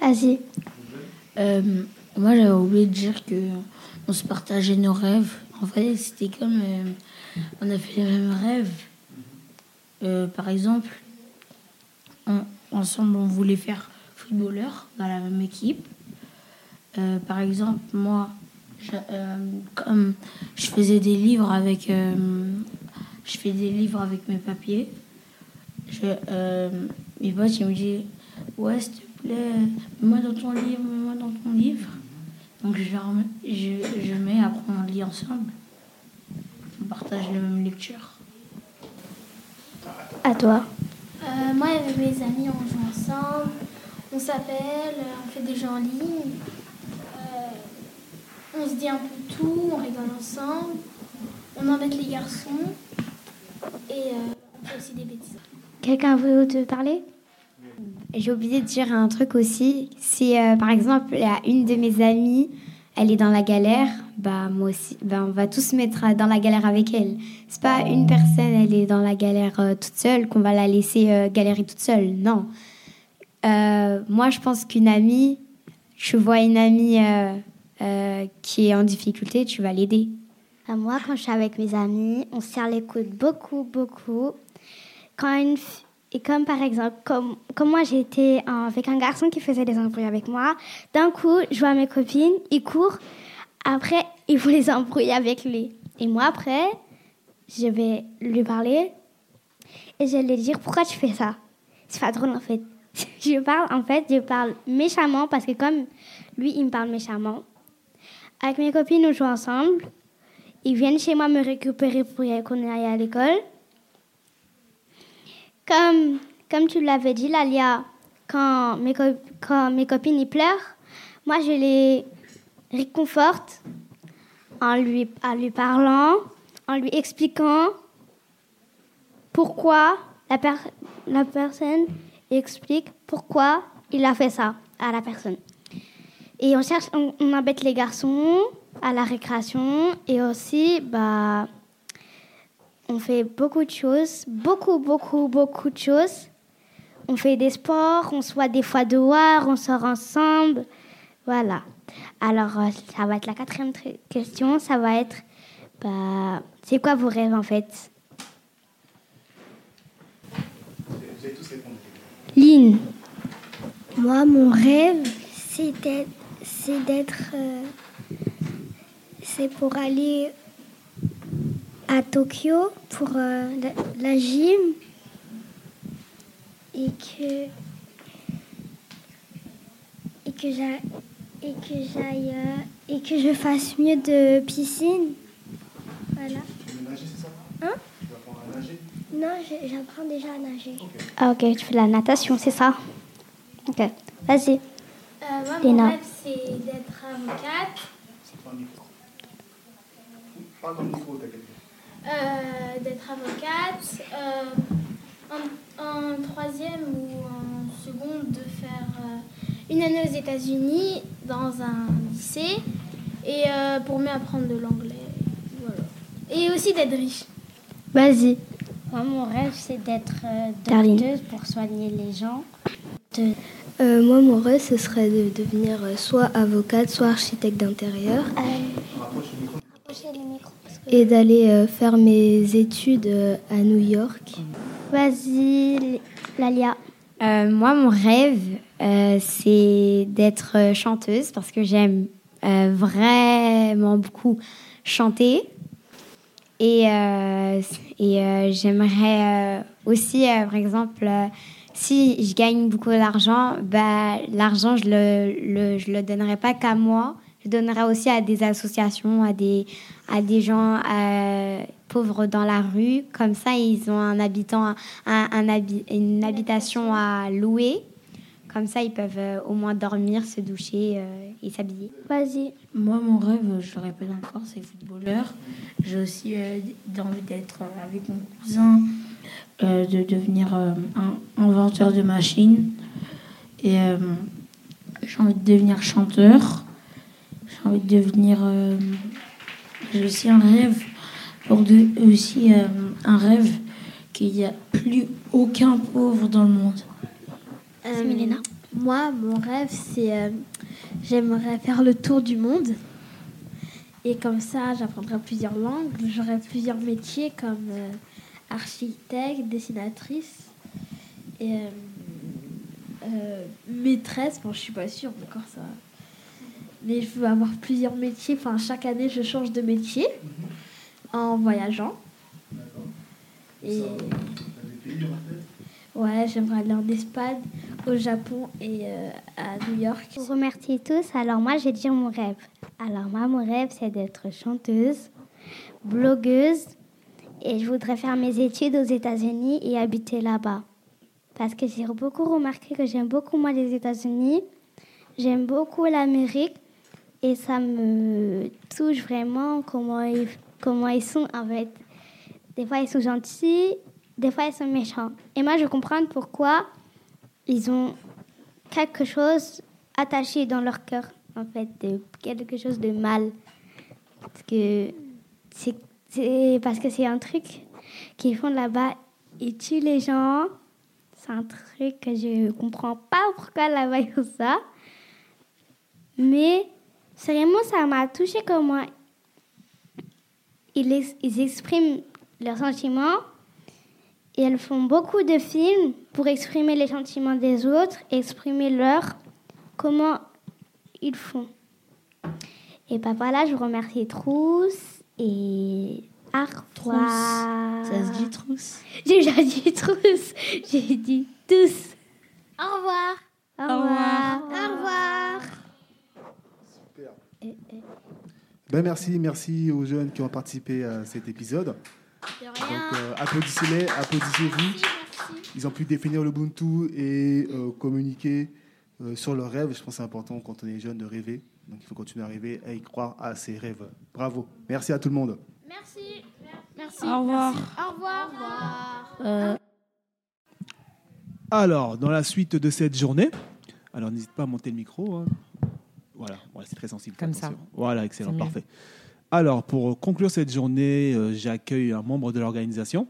Vas-y.
Euh, moi, j'avais oublié de dire que on se partageait nos rêves. En fait, c'était comme euh, on a fait les mêmes rêves. Euh, par exemple, on- ensemble, on voulait faire footballeur dans la même équipe. Euh, par exemple, moi, je, euh, comme je faisais des livres avec, euh, je fais des livres avec mes papiers. Je, euh, mes potes, ils me disent Ouais, s'il te plaît, mets-moi dans ton livre, mets-moi dans ton livre. Donc je, leur mets- je, je mets, après on lit ensemble. On partage la même lecture.
À toi.
Euh, moi, avec mes amis, on joue ensemble, on s'appelle, euh, on fait des jeux en ligne, euh, on se dit un peu tout, on rigole ensemble, on embête les garçons et euh, on fait aussi des bêtises.
Quelqu'un veut te parler
J'ai oublié de dire un truc aussi. Si euh, par exemple, il y a une de mes amies, elle est dans la galère, bah moi aussi, bah, on va tous se mettre euh, dans la galère avec elle. C'est pas une personne, elle est dans la galère euh, toute seule qu'on va la laisser euh, galérer toute seule. Non. Euh, moi, je pense qu'une amie, tu vois une amie euh, euh, qui est en difficulté, tu vas l'aider.
À moi, quand je suis avec mes amis, on se serre les coudes beaucoup, beaucoup. Quand une fi- et comme par exemple, comme, comme moi j'étais euh, avec un garçon qui faisait des embrouilles avec moi, d'un coup, je vois mes copines, ils courent, après, ils font les embrouilles avec lui. Et moi, après, je vais lui parler et je vais lui dire pourquoi tu fais ça. C'est pas drôle en fait. Je parle, en fait, je parle méchamment parce que comme lui, il me parle méchamment. Avec mes copines, on joue ensemble. Ils viennent chez moi me récupérer pour y- qu'on aille à l'école. Comme, comme tu l'avais dit, Lalia, quand mes, co- quand mes copines y pleurent, moi je les réconforte en lui, en lui parlant, en lui expliquant pourquoi la, per- la personne explique pourquoi il a fait ça à la personne. Et on cherche, on, on embête les garçons à la récréation et aussi, bah, on fait beaucoup de choses, beaucoup, beaucoup, beaucoup de choses. on fait des sports, on soit des fois dehors, on sort ensemble. Voilà. Alors, euh, ça va être la quatrième tr- question. Ça va être, bah, c'est quoi vos rêves en fait Lynn.
Moi, mon rêve, c'est d'être. C'est d'être. euh, c'est pour aller à Tokyo pour euh, la, la gym. Et que. Et que j'aille. Et que j'aille. euh, et que je fasse mieux de piscine. Voilà. Hein
euh,
Non, je- j'apprends déjà à nager.
Ah, ok, tu fais de la natation, c'est ça Ok, vas-y.
Euh, moi,
mon Léna. rêve,
c'est d'être avocate.
euh,
d'être avocate. en, troisième ou en seconde, de faire
euh,
une année aux États-Unis dans un lycée et
euh,
pour mieux apprendre de l'anglais. Et aussi d'être riche.
Vas-y.
Moi, mon rêve, c'est d'être euh,
Darling.
docteuse pour soigner les gens.
Euh, moi, mon rêve, ce serait de devenir euh, soit avocate, soit architecte d'intérieur
Euh,
et d'aller euh, faire mes études euh, à New York.
Vas-y, Lalia. moi, mon rêve, euh, c'est d'être euh, chanteuse parce que j'aime euh, vraiment beaucoup chanter. Et, euh, et, euh, j'aimerais euh, aussi, euh, par exemple, euh, si je gagne beaucoup d'argent, bah, l'argent, je le, le- je le donnerai pas qu'à moi. Je le donnerai aussi à des associations, à des, à des gens euh, pauvres dans la rue. Comme ça, ils ont un habitant, un, un habi- une habitation à louer. Comme ça, ils peuvent euh, au moins dormir, se doucher euh, et s'habiller.
Vas-y.
Moi, mon rêve, euh, je le répète encore, c'est footballeur. J'ai aussi euh, d- envie d'être euh, avec mon cousin, euh, de devenir euh, un inventeur de machines. Et euh, j'ai envie de devenir chanteur. J'ai envie de devenir. euh, j'ai aussi un rêve, pour de, aussi euh, un rêve qu'il n'y a plus aucun pauvre dans le monde.
Euh, Moi, mon rêve, c'est. euh, J'aimerais faire le tour du monde. Et comme ça, j'apprendrai plusieurs langues. J'aurai plusieurs métiers comme euh, architecte, dessinatrice. Et. euh, euh, maîtresse. Bon, je suis pas sûre encore ça. Mais je veux avoir plusieurs métiers. Enfin, chaque année, je change de métier en voyageant. Et. Ouais, j'aimerais aller en Espagne, au Japon et euh, à New York.
Je vous remercie tous. Alors moi, je vais dire mon rêve. Alors moi, mon rêve, c'est d'être chanteuse, blogueuse, et je voudrais faire mes études aux États-Unis et habiter là-bas. Parce que j'ai beaucoup remarqué que j'aime beaucoup moi les États-Unis, j'aime beaucoup l'Amérique, et ça me touche vraiment comment ils, comment ils sont en fait. Des fois, ils sont gentils, des fois, ils sont méchants. Et moi, je comprends pourquoi ils ont quelque chose attaché dans leur cœur, en fait, de quelque chose de mal. Parce que c'est- c'est parce que c'est un truc qu'ils font là-bas. Ils tuent les gens. C'est un truc que je comprends pas pourquoi là-bas ils font ça. Mais vraiment, ça m'a touché comment ils, ex- ils expriment leurs sentiments. Et elles font beaucoup de films pour exprimer les sentiments des autres, exprimer leurs, comment ils font. Et bah voilà, je vous remercie Trousse et Artois.
Ça se dit trousse.
J'ai déjà dit Trousse, j'ai dit tous.
Au revoir.
Au revoir.
Au revoir.
Eh,
Ben merci, merci aux jeunes qui ont participé à cet épisode. Donc, euh, applaudissez-les, applaudissez-vous. Ils ont pu définir le Ubuntu et euh, communiquer euh, sur leurs rêves. Je pense que c'est important quand on est jeune de rêver. Donc il faut continuer à rêver et y croire à ses rêves. Bravo. Merci à tout le monde.
Merci. Merci.
Au revoir.
Au revoir. Au revoir.
Euh,
Alors, dans la suite de cette journée, alors n'hésite pas à monter le micro. hein. Voilà, voilà, c'est très sensible. Comme ça. Voilà, excellent,
C'est mieux.
parfait. Alors, pour conclure cette journée, euh, j'accueille un membre de l'organisation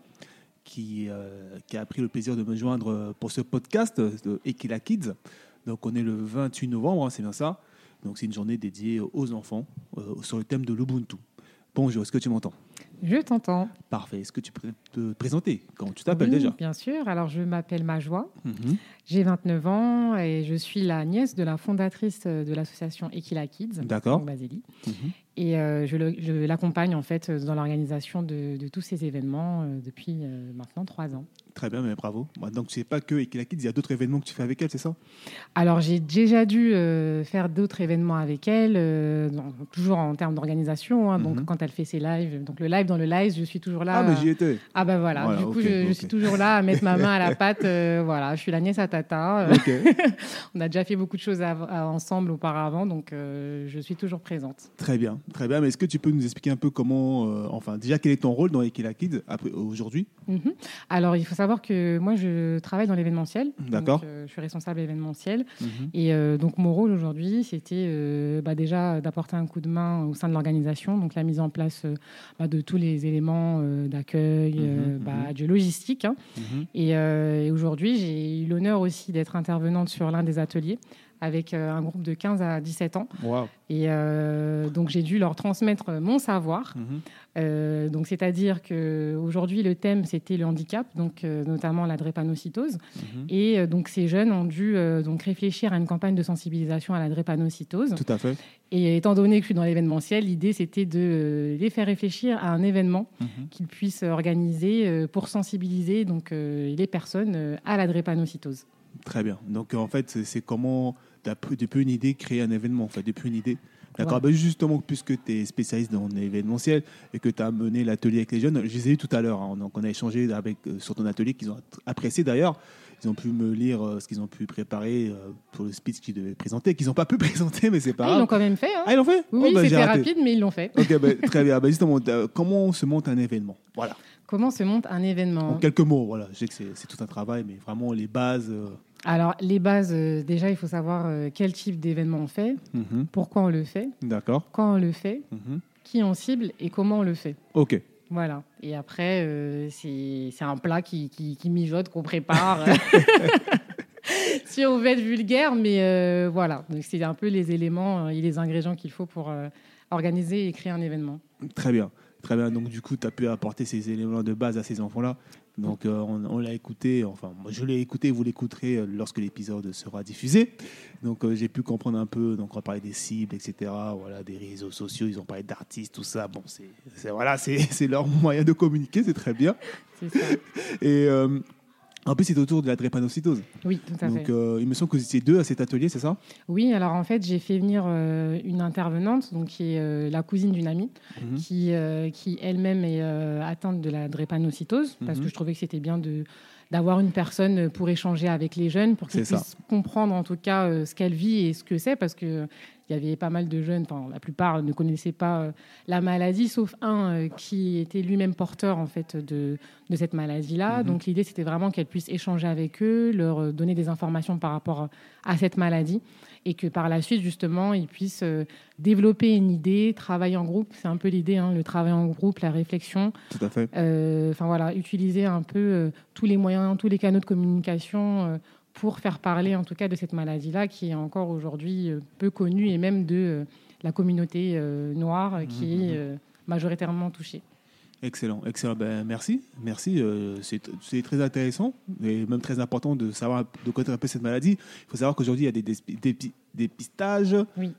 qui, euh, qui a pris le plaisir de me joindre pour ce podcast de Ekila Kids. Donc on est le 28 novembre, hein, c'est bien ça. Donc c'est une journée dédiée aux enfants euh, sur le thème de l'Ubuntu. Bonjour, est-ce que tu m'entends
Je t'entends.
Parfait, est-ce que tu peux te présenter Comment tu t'appelles
Oui,
déjà
Bien sûr. Alors, je m'appelle Majoie.
Mhm.
J'ai 29 ans et je suis la nièce de la fondatrice euh, de l'association Equila Kids.
D'accord.
donc Basili.
Mhm.
Et euh, je le- je l'accompagne en fait dans l'organisation de, de tous ces événements euh, depuis euh, maintenant trois ans.
Très bien, mais bravo. Bah, Donc tu sais pas que Ekila Kids, il y a d'autres événements que tu fais avec elle, c'est ça
Alors, j'ai déjà dû euh, faire d'autres événements avec elle, euh, dans- toujours en termes d'organisation. hein. donc,
Mhm.
quand elle fait ses lives, donc le live dans le live, je suis toujours là.
Ah, mais j'y étais.
Ah,
ben
bah voilà.
Voilà,
du coup,
ok,
je, je
ok.
suis toujours là à mettre ma main à la pâte. euh, voilà, je suis la nièce à Tata. euh.
Ok.
On a déjà fait beaucoup de choses av- à- ensemble auparavant, donc euh, je suis toujours présente.
Très bien, très bien. Mais est-ce que tu peux nous expliquer un peu comment, euh, enfin, déjà quel est ton rôle dans Ekila Kids après- aujourd'hui
Mhm. Alors, il faut savoir que moi, je travaille dans l'événementiel.
D'accord.
Donc, euh, je suis responsable événementiel.
Mhm.
Et euh, donc, mon rôle aujourd'hui, c'était euh, bah, déjà d'apporter un coup de main au sein de l'organisation, donc la mise en place euh, bah, de tous les éléments euh, d'accueil, euh,
Mhm,
bah,
mhm.
de logistique. hein.
Mhm.
Et, euh, et aujourd'hui, j'ai eu l'honneur aussi d'être intervenante sur l'un des ateliers avec euh, un groupe de 15 à 17 ans.
Waouh.
Et euh, donc j'ai dû leur transmettre euh, mon savoir.
Mhm.
Euh, donc c'est-à-dire que aujourd'hui le thème c'était le handicap, donc euh, notamment la drépanocytose.
Mhm.
Et euh, donc ces jeunes ont dû euh, donc réfléchir à une campagne de sensibilisation à la drépanocytose.
Tout à fait.
Et étant donné que je suis dans l'événementiel, l'idée c'était de euh, les faire réfléchir à un événement
Mhm.
qu'ils puissent organiser euh, pour sensibiliser donc euh, les personnes euh, à la drépanocytose.
Très bien. Donc euh, en fait, c'est- c'est comment, d'après- depuis une idée, créer un événement. Enfin, depuis une idée. D'accord.
Voilà.
Ben, justement, puisque tu es spécialiste dans l'événementiel et que tu as mené l'atelier avec les jeunes, je les ai eu tout à l'heure. hein. donc on a échangé avec, euh, sur ton atelier qu'ils ont att- apprécié d'ailleurs. Ils ont pu me lire euh, ce qu'ils ont pu préparer euh, pour le speech qu'ils devaient présenter, qu'ils n'ont pas pu présenter, mais c'est pas
Ah, ils
grave.
l'ont quand même fait. hein.
Ah, ils l'ont fait
Oui,
Oh, bah, j'ai
c'était
raté.
rapide, mais ils l'ont fait.
Ok, ben, très bien. Ben, justement, euh, comment se monte un événement Voilà.
Comment se monte un événement
En quelques mots, voilà. Je sais que c'est c'est tout un travail, mais vraiment les bases. euh,
Alors, les bases, euh, déjà, il faut savoir euh, quel type d'événement on fait,
mhm.
pourquoi on le fait,
D'accord.
quand on le fait,
Mhm.
qui on cible et comment on le fait.
Ok.
Voilà. Et après, euh, c'est c'est un plat qui, qui- qui mijote, qu'on prépare. si on veut être vulgaire, mais euh, voilà. Donc, c'est un peu les éléments euh, et les ingrédients qu'il faut pour euh, organiser et créer un événement.
Très bien. Très bien. Donc, du coup, tu as pu apporter ces éléments de base à ces enfants-là. Donc, euh, on, on l'a écouté, enfin, moi, je l'ai écouté, vous l'écouterez euh, lorsque l'épisode sera diffusé. Donc, euh, j'ai pu comprendre un peu. Donc, on va parler des cibles, etc. Voilà, des réseaux sociaux, ils ont parlé d'artistes, tout ça. Bon, c'est c'est- voilà, c'est c'est leur moyen de communiquer, c'est très bien.
C'est ça.
Et euh, en plus, c'est autour de la drépanocytose.
Oui, tout à
Donc,
fait.
euh, il me semble que vous étiez deux à cet atelier, c'est ça
Oui, alors en fait, j'ai fait venir euh, une intervenante, donc qui est euh, la cousine d'une amie,
Mhm.
qui, euh, qui elle-même est euh, atteinte de la drépanocytose, parce
Mhm.
que je trouvais que c'était bien de d'avoir une personne pour échanger avec les jeunes, pour qu'ils
C'est ça.
puissent comprendre en tout cas euh, ce qu'elle vit et ce que c'est, parce que euh, il y avait pas mal de jeunes, enfin la plupart ne connaissaient pas euh, la maladie, sauf un euh, qui était lui-même porteur en fait de, de cette maladie-là.
Mhm.
Donc l'idée c'était vraiment qu'elles puissent échanger avec eux, leur euh, donner des informations par rapport euh, à cette maladie, et que par la suite justement ils puissent euh, développer une idée, travailler en groupe. C'est un peu l'idée, hein, le travail en groupe, la réflexion.
Tout à fait.
Euh, Enfin voilà, utiliser un peu euh, tous les moyens, tous les canaux de communication euh, pour faire parler en tout cas de cette maladie-là qui est encore aujourd'hui euh, peu connue et même de euh, la communauté euh, noire euh, qui
Mhm,
est euh, majoritairement touchée.
Excellent, excellent. Ben, merci, merci. euh, c'est c'est très intéressant et même très important de savoir de connaître un peu cette maladie. Il faut savoir qu'aujourd'hui, il y a des, despi- des, pi- des pistages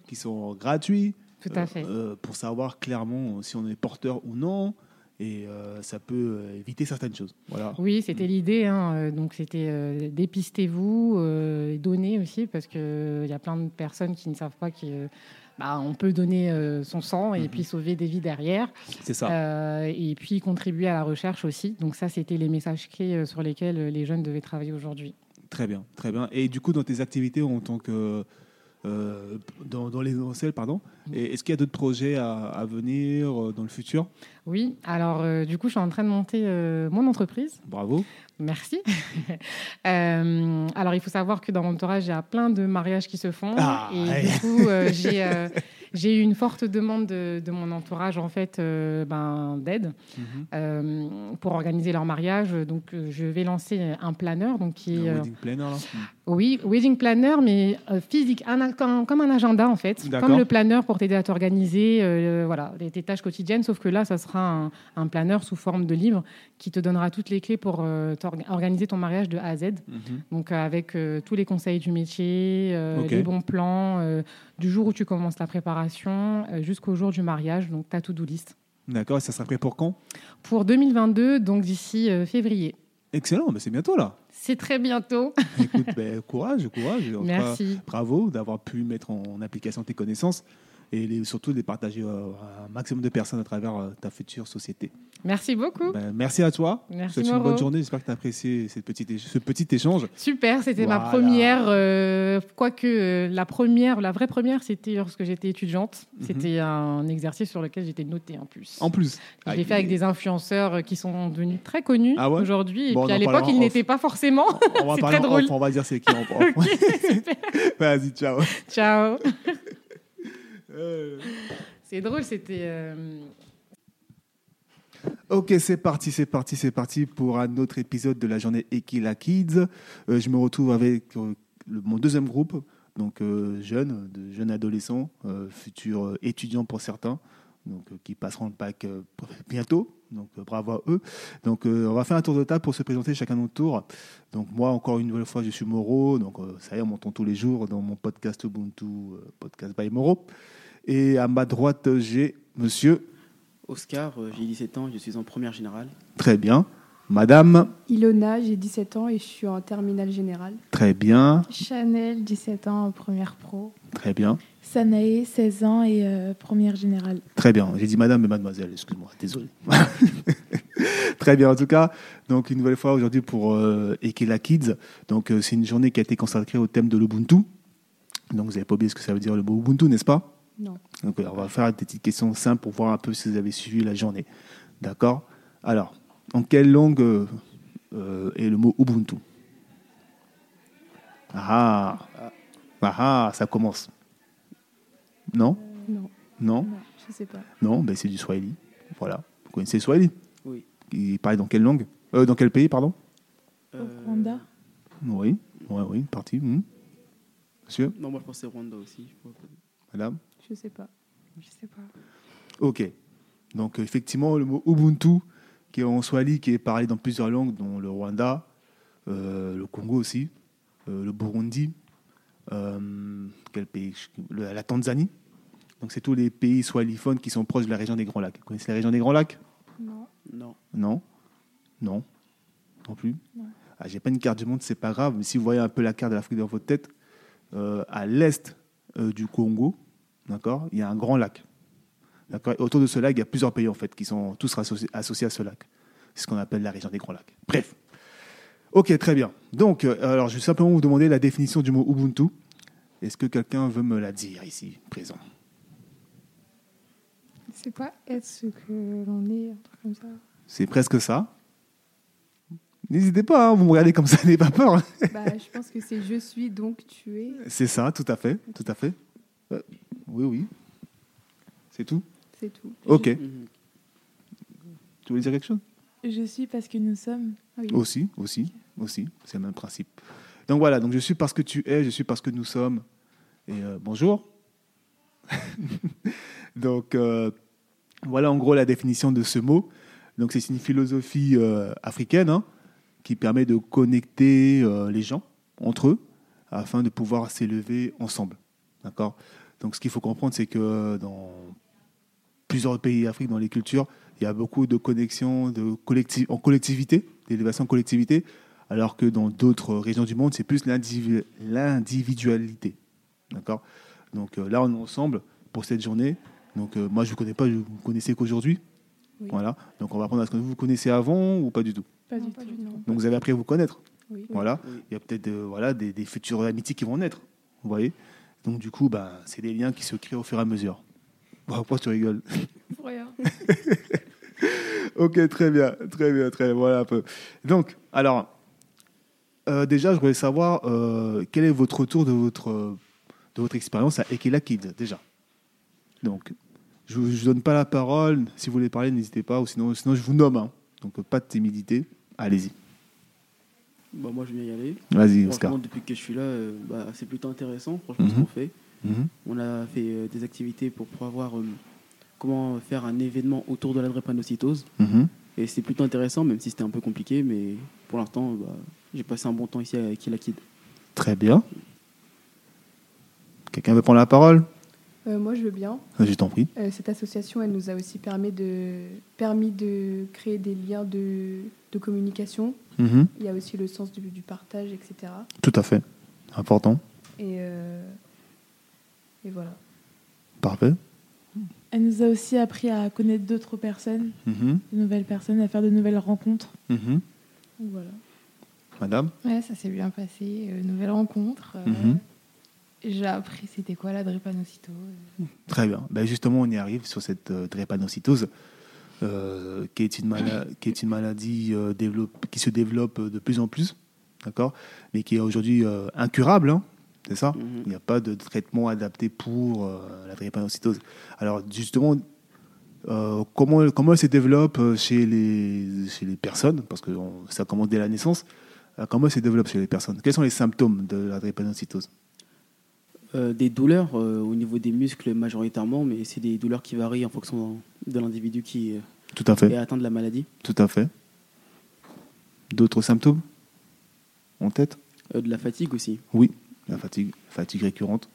qui sont gratuits
Tout à fait.
euh, pour savoir clairement euh, si on est porteur ou non. Et euh, ça peut euh, éviter certaines choses. Voilà.
Oui, c'était l'idée. hein, euh, Donc, c'était euh, dépistez-vous, euh, et donnez aussi, parce qu'il y a plein de personnes qui ne savent pas qu'on peut donner euh, son sang et puis sauver des vies derrière.
C'est ça.
Euh, et puis contribuer à la recherche aussi. Donc, ça, c'était les messages clés euh, sur lesquels euh, les jeunes devaient travailler aujourd'hui.
Très bien, très bien. Et du coup, dans tes activités en tant que. euh, dans, dans les événementiels, pardon. Et Est-ce qu'il y a d'autres projets à, à venir euh, dans le futur
Oui, alors euh, du coup, je suis en train de monter euh, mon entreprise.
Bravo.
Merci. Euh, alors, il faut savoir que dans mon entourage, il y a plein de mariages qui se font.
Ah,
et
ouais.
du coup, euh, j'ai euh, j'ai eu une forte demande de, de mon entourage, en fait, euh, ben, d'aide
Mm-hmm.
euh, pour organiser leur mariage. Donc, euh, je vais lancer un planeur. Donc, qui est, euh,
Un wedding planner, là. Hmm.
oui, wedding planner, mais euh, physique, un a- comme, comme un agenda en fait,
D'accord.
comme le planeur pour t'aider à t'organiser, euh, voilà, les- tes tâches quotidiennes. Sauf que là, ça sera un, un planeur sous forme de livre qui te donnera toutes les clés pour euh, t'org- organiser ton mariage de A à Z.
Mhm.
Donc euh, avec euh, tous les conseils du métier, euh,
Ok.
les bons plans, euh, du jour où tu commences la préparation euh, jusqu'au jour du mariage. Donc ta to-do list
D'accord, et ça sera prêt pour quand
pour 2022, donc d'ici euh, février.
Excellent, mais c'est bientôt là.
C'est très bientôt.
Écoute, ben, courage, courage. En tout cas,
Merci.
bravo d'avoir pu mettre en application tes connaissances et les- surtout de les partager euh, à un maximum de personnes à travers euh, ta future société.
Merci beaucoup.
Ben, merci à toi.
Merci,
Je te souhaite une
Moreau.
bonne journée. J'espère que tu as apprécié cette petite é- ce petit échange.
Super, c'était ma
Voilà.
première. euh, Quoique euh, la première, la vraie première, c'était lorsque j'étais étudiante.
Mhm.
C'était un exercice sur lequel j'étais notée en plus.
En plus.
Je l'ai fait avec des influenceurs euh, qui sont devenus très connus
Ah ouais
aujourd'hui. Et
Bon, on
puis à
en
l'époque,
parlera
ils
en
n'étaient pas forcément.
On va
C'est
parler
très
en
drôle.
off, on va dire c'est qui en off. Vas-y, ciao.
Ciao. Euh. C'est drôle, c'était. euh,
Ok, c'est parti, c'est parti, c'est parti pour un autre épisode de la journée Ekila Kids. Euh, je me retrouve avec euh, le- mon deuxième groupe, donc euh, jeunes, de jeunes adolescents, euh, futurs euh, étudiants pour certains, donc euh, qui passeront le bac euh, bientôt. Donc euh, bravo à eux. Donc euh, on va faire un tour de table pour se présenter chacun notre tour. Donc moi encore une nouvelle fois je suis Moreau. Donc euh, ça y est on m'entend tous les jours dans mon podcast Ubuntu, euh, podcast by Moreau. Et à ma droite j'ai Monsieur.
Oscar, euh, j'ai 17 ans, je suis en première générale.
Très bien. Madame.
Ilona, j'ai 17 ans et je suis en terminale générale.
Très bien,
Chanel, 17 ans, en première pro.
très bien,
Sanae, 16 ans et euh, première générale.
très bien. J'ai dit madame et mademoiselle, excuse-moi, désolé. très bien, en tout cas, donc une nouvelle fois aujourd'hui pour euh, Ekela Kids. Donc euh, c'est une journée qui a été consacrée au thème de l'Ubuntu. Donc vous n'avez pas oublié ce que ça veut dire le mot Ubuntu, n'est-ce pas
Non.
Donc euh, on va faire des petites questions simples pour voir un peu si vous avez suivi la journée. D'accord Alors, en quelle langue euh, euh, est le mot Ubuntu Ah ah Ah ah, ça commence. Non
euh, Non,
Non
je sais pas.
Non, ben c'est du Swahili. Voilà. Vous connaissez le Swahili
Oui.
Il parle dans quelle langue Euh, Dans quel pays, pardon
Au Rwanda
Oui, oui, oui, parti. hum. Monsieur
Non, moi je pensais Rwanda aussi. je crois.
Madame
Je sais pas. Je sais pas.
Ok. Donc euh, effectivement, le mot Ubuntu, qui est en Swahili, qui est parlé dans plusieurs langues, dont le Rwanda, euh, le Congo aussi, euh, le Burundi, euh, quel pays Le- La Tanzanie. Donc c'est tous les pays swahiliphones qui sont proches de la région des Grands Lacs. Vous connaissez la région des Grands Lacs
Non.
Non.
Non Non Non plus
Non.
ah, J'ai pas une carte du monde, c'est pas grave. Mais si vous voyez un peu la carte de l'Afrique dans votre tête, euh, à l'est euh, du Congo, d'accord, il y a un grand lac. D'accord Et autour de ce lac, il y a plusieurs pays en fait qui sont tous associés, associés à ce lac. C'est ce qu'on appelle la région des Grands Lacs. Bref. Ok, très bien. Donc, euh, alors, je vais simplement vous demander la définition du mot Ubuntu. Est-ce que quelqu'un veut me la dire ici, présent
C'est pas être ce que l'on est, un truc comme ça.
C'est presque ça. N'hésitez pas, hein, vous me regardez comme ça, n'ayez pas peur.
bah, je pense que c'est je suis donc tu es.
C'est ça, tout à fait, tout à fait. Euh, oui, oui. C'est tout
C'est tout.
Ok. Tu voulais dire quelque chose
Je suis parce que nous sommes. Ah oui.
Aussi, aussi, aussi. C'est le même principe. Donc voilà, donc je suis parce que tu es, je suis parce que nous sommes. Et euh, bonjour. donc euh, voilà en gros la définition de ce mot. Donc c'est une philosophie euh, africaine hein, qui permet de connecter euh, les gens entre eux afin de pouvoir s'élever ensemble. D'accord Donc ce qu'il faut comprendre, c'est que euh, dans plusieurs pays d'Afrique, dans les cultures, il y a beaucoup de connexions de collecti- en collectivité, d'élévation en collectivité, alors que dans d'autres régions du monde, c'est plus l'indivi- l'individualité. D'accord Donc euh, là, on est ensemble pour cette journée. Donc euh, moi, je ne vous connais pas, je vous connaissez qu'aujourd'hui.
Oui.
Voilà. Donc on va apprendre à ce que vous vous connaissez avant ou pas du tout.
Pas du tout. non.
Donc vous avez appris à vous connaître.
Oui.
Voilà. Il y a peut-être euh, voilà, des, des futures amitiés qui vont naître. Vous voyez Donc du coup, bah, c'est des liens qui se créent au fur et à mesure. Bon, pourquoi tu rigoles
Pour rien.
Ok, très bien, très bien, très bien. Voilà un peu. Donc, alors, euh, déjà, je voulais savoir euh, quel est votre retour de votre, euh, de votre expérience à Ekela Kid, déjà. Donc, je ne vous donne pas la parole. Si vous voulez parler, n'hésitez pas, ou sinon, sinon je vous nomme. hein. Donc, euh, pas de timidité. Allez-y.
Bah, moi, je vais y aller.
Vas-y,
Franchement,
Oscar.
Depuis que je suis là, euh, bah, c'est plutôt intéressant, franchement, ce
Mhm.
qu'on fait.
Mhm.
On a fait euh, des activités pour pouvoir voir euh, comment faire un événement autour de la drépanocytose.
Mhm.
Et c'était plutôt intéressant, même si c'était un peu compliqué. Mais pour l'instant, bah, j'ai passé un bon temps ici avec la Kid.
Très bien. Quelqu'un veut prendre la parole
Euh, moi, je veux bien.
Euh, Je t'en prie.
Euh, cette association, elle nous a aussi permis de, permis de créer des liens de, de communication.
Mhm.
Il y a aussi le sens du, du partage, etc.
Tout à fait. Important.
Et, euh, et voilà.
Parfait.
Elle nous a aussi appris à connaître d'autres personnes,
Mhm.
de nouvelles personnes, à faire de nouvelles rencontres.
Mhm.
Voilà.
Madame
Ouais, ça s'est bien passé. euh, nouvelle rencontre. euh,
Mhm.
J'ai appris c'était quoi la drépanocytose. euh.
Très bien. Ben justement, on y arrive sur cette euh, drépanocytose, euh, qui, est une mala- qui est une maladie euh, développe- qui se développe euh, de plus en plus, d'accord mais qui est aujourd'hui euh, incurable, hein, c'est ça Il n'y a pas de traitement adapté pour euh, la drépanocytose. Alors justement, euh, comment, comment elle se développe euh, chez les, chez les personnes, parce que on- ça commence dès la naissance, euh, comment elle se développe chez les personnes Quels sont les symptômes de la drépanocytose
Euh, des douleurs euh, au niveau des muscles majoritairement, mais c'est des douleurs qui varient en fonction de l'individu qui euh,
Tout à fait.
est atteint de la maladie.
Tout à fait. D'autres symptômes en tête
Euh, de la fatigue aussi.
Oui, la fatigue, fatigue récurrente.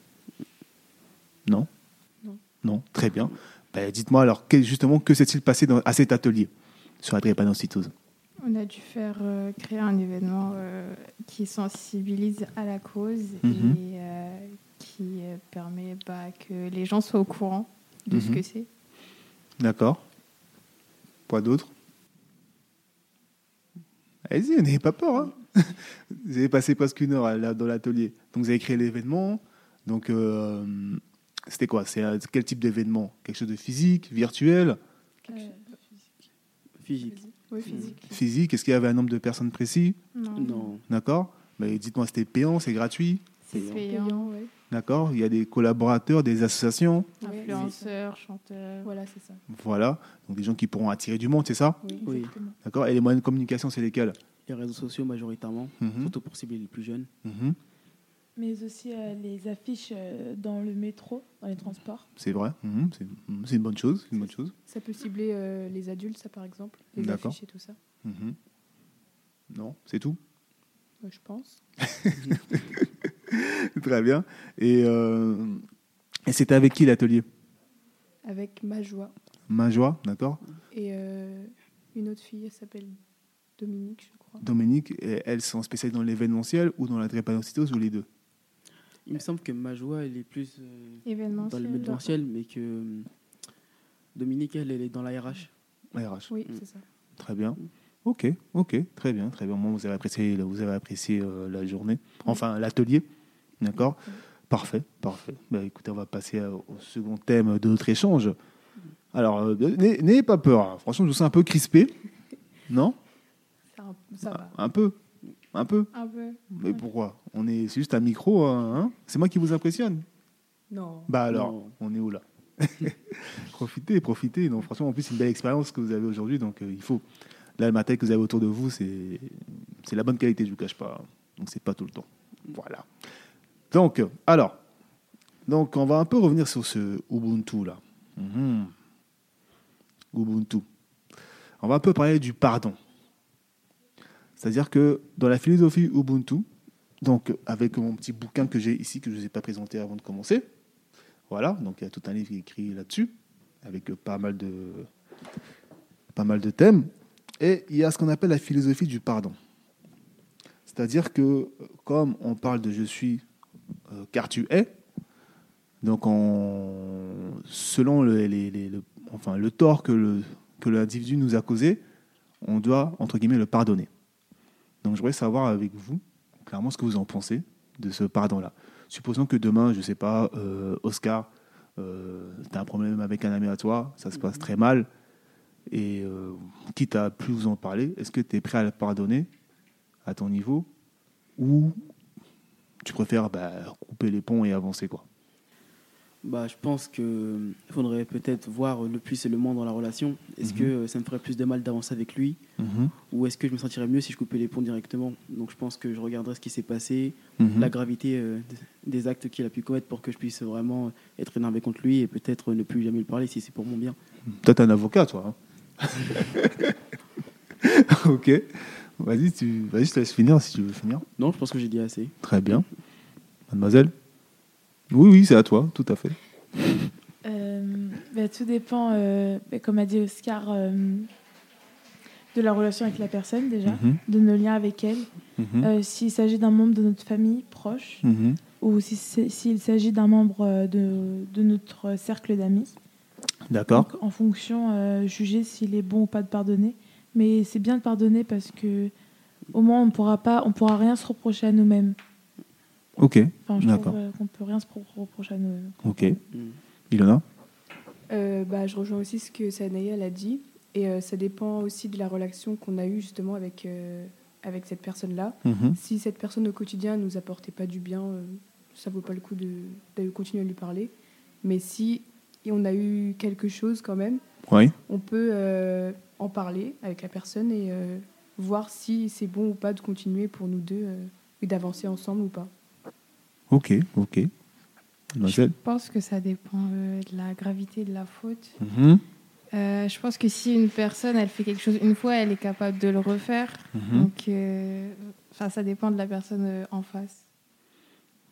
Non
Non.
très bien. Ben, Dites-moi alors, que- justement, que s'est-il passé dans- à cet atelier sur la drépanocytose
On a dû faire euh, créer un événement euh, qui sensibilise à la cause
Mhm.
et euh, qui euh, permet bah, que les gens soient au courant de ce
Mhm.
que c'est.
D'accord. Quoi d'autre Allez-y, n'ayez pas peur. hein. vous avez passé presque une heure à la- dans l'atelier. Donc vous avez créé l'événement. Donc euh, c'était quoi C'est euh, quel type d'événement Quelque chose de physique, virtuel,
Physique.
Oui, Euh, physique.
physique Est-ce qu'il y avait un nombre de personnes précis
Non.
Non.
D'accord Mais dites-moi, c'était payant, c'est gratuit
C'est payant, ouais.
D'accord Il y a des collaborateurs, des associations
Influenceurs, chanteurs. Voilà, c'est ça.
Voilà. Donc des gens qui pourront attirer du monde, c'est ça
Oui.
D'accord Et les moyens de communication, c'est lesquels
Les réseaux sociaux majoritairement,
Mhm.
surtout pour cibler les plus jeunes.
Mhm,
Mais aussi euh, les affiches euh, dans le métro, dans les transports.
C'est vrai. Mhm, c'est- mhm, C'est une bonne chose. c'est Une bonne chose.
Ça peut cibler euh, les adultes, ça par exemple, les
D'accord.
affiches et tout ça,
Mhm. Non, c'est tout
euh, je pense.
Très bien. Et, euh, et c'était avec qui l'atelier
Avec ma joie.
Majoie, d'accord
Et euh, une autre fille, elle s'appelle Dominique, je crois.
Dominique, et elles sont spécialisées dans l'événementiel ou dans la drépanocytose ou les deux
Il me semble que Majoie, elle est plus euh,
Événementiel,
dans le événementiel, mais que euh, Dominique, elle, elle est dans la Mm. RH.
RH.
Oui, c'est ça.
Très bien. Ok, ok, très bien, très bien. Moi, vous avez apprécié, vous avez apprécié euh, la journée, enfin l'atelier, d'accord Parfait, parfait. Bah, écoutez, on va passer euh, au second thème de notre échange. Alors, euh, n'ayez n'ayez pas peur. hein. Franchement, je vous sens un peu crispé, non
Ça, ça va.
Un peu, un peu.
Un peu.
Ah. Mais pourquoi On est, c'est juste un micro, hein C'est moi qui vous impressionne
Non.
Bah alors, on est où là Profitez, profitez. Donc franchement, en plus, c'est une belle expérience que vous avez aujourd'hui, donc euh, il faut. Là, le matériel que vous avez autour de vous, c'est c'est la bonne qualité, je vous cache pas. Donc c'est pas tout le temps. Voilà. Donc, euh, alors, donc on va un peu revenir sur ce Ubuntu là. Mhm. Ubuntu. On va un peu parler du pardon. C'est-à-dire que dans la philosophie Ubuntu, donc avec mon petit bouquin que j'ai ici, que je ne vous ai pas présenté avant de commencer, voilà, donc il y a tout un livre qui est écrit là-dessus, avec euh, pas mal, de, pas mal de thèmes, et il y a ce qu'on appelle la philosophie du pardon. C'est-à-dire que euh, comme on parle de je suis euh, car tu es, donc on, selon le, les- les- le- enfin, le tort que le- que l'individu nous a causé, on doit, entre guillemets, le pardonner. Donc je voudrais savoir avec vous, clairement, ce que vous en pensez de ce pardon-là. Supposons que demain, je ne sais pas, Mhm. euh, Oscar, tu as un problème avec un ami à toi, ça se passe très mal, Et euh, quitte à plus vous en parler, est-ce que tu es prêt à la pardonner à ton niveau ou tu préfères bah, couper les ponts et avancer quoi
bah, Je pense qu'il faudrait peut-être voir le plus et le moins dans la relation. Est-ce
Mhm.
que euh, ça me ferait plus de mal d'avancer avec lui
Mhm.
Ou est-ce que je me sentirais mieux si je coupais les ponts directement Donc je pense que je regarderais ce qui s'est passé,
Mhm.
la gravité euh, de- des actes qu'il a pu commettre pour que je puisse vraiment être énervé contre lui et peut-être ne plus jamais lui parler si c'est pour mon bien.
Toi, t'es un avocat, toi. hein. ok. Vas-y, tu... Vas-y, je te laisse finir si tu veux finir.
Non, je pense que j'ai dit assez.
Très bien. Mademoiselle Oui, oui, c'est à toi, tout à fait.
Euh, bah, tout dépend, euh, bah, comme a dit Oscar, euh, de la relation avec la personne déjà,
Mhm.
de nos liens avec elle.
Mhm.
Euh, S'il s'agit d'un membre de notre famille proche
Mhm.
ou si c'est- s'il s'agit d'un membre euh, de, de notre cercle d'amis.
D'accord.
Donc, En fonction, euh, juger s'il est bon ou pas de pardonner. Mais c'est bien de pardonner parce que au moins on pourra pas, on pourra rien se reprocher à nous-mêmes.
Ok.
Enfin, je
D'accord.
trouve euh, qu'on peut rien se pro- reprocher à nous-mêmes.
Ok. Ilona
Euh, bah, je rejoins aussi ce que Sanaya a dit. Et euh, ça dépend aussi de la relation qu'on a eue justement avec, euh, avec cette personne-là.
Mhm.
Si cette personne au quotidien ne nous apportait pas du bien, euh, ça vaut pas le coup de, de continuer à lui parler. Mais si on a eu quelque chose quand même,
Oui.
on peut euh, en parler avec la personne et euh, voir si c'est bon ou pas de continuer pour nous deux euh, et d'avancer ensemble ou pas.
Ok, ok. Mademoiselle
Je pense que ça dépend euh, de la gravité de la faute.
Mhm.
Euh, je pense que si une personne, elle fait quelque chose une fois, elle est capable de le refaire.
Mhm.
Donc, euh, enfin, ça dépend de la personne euh, en face.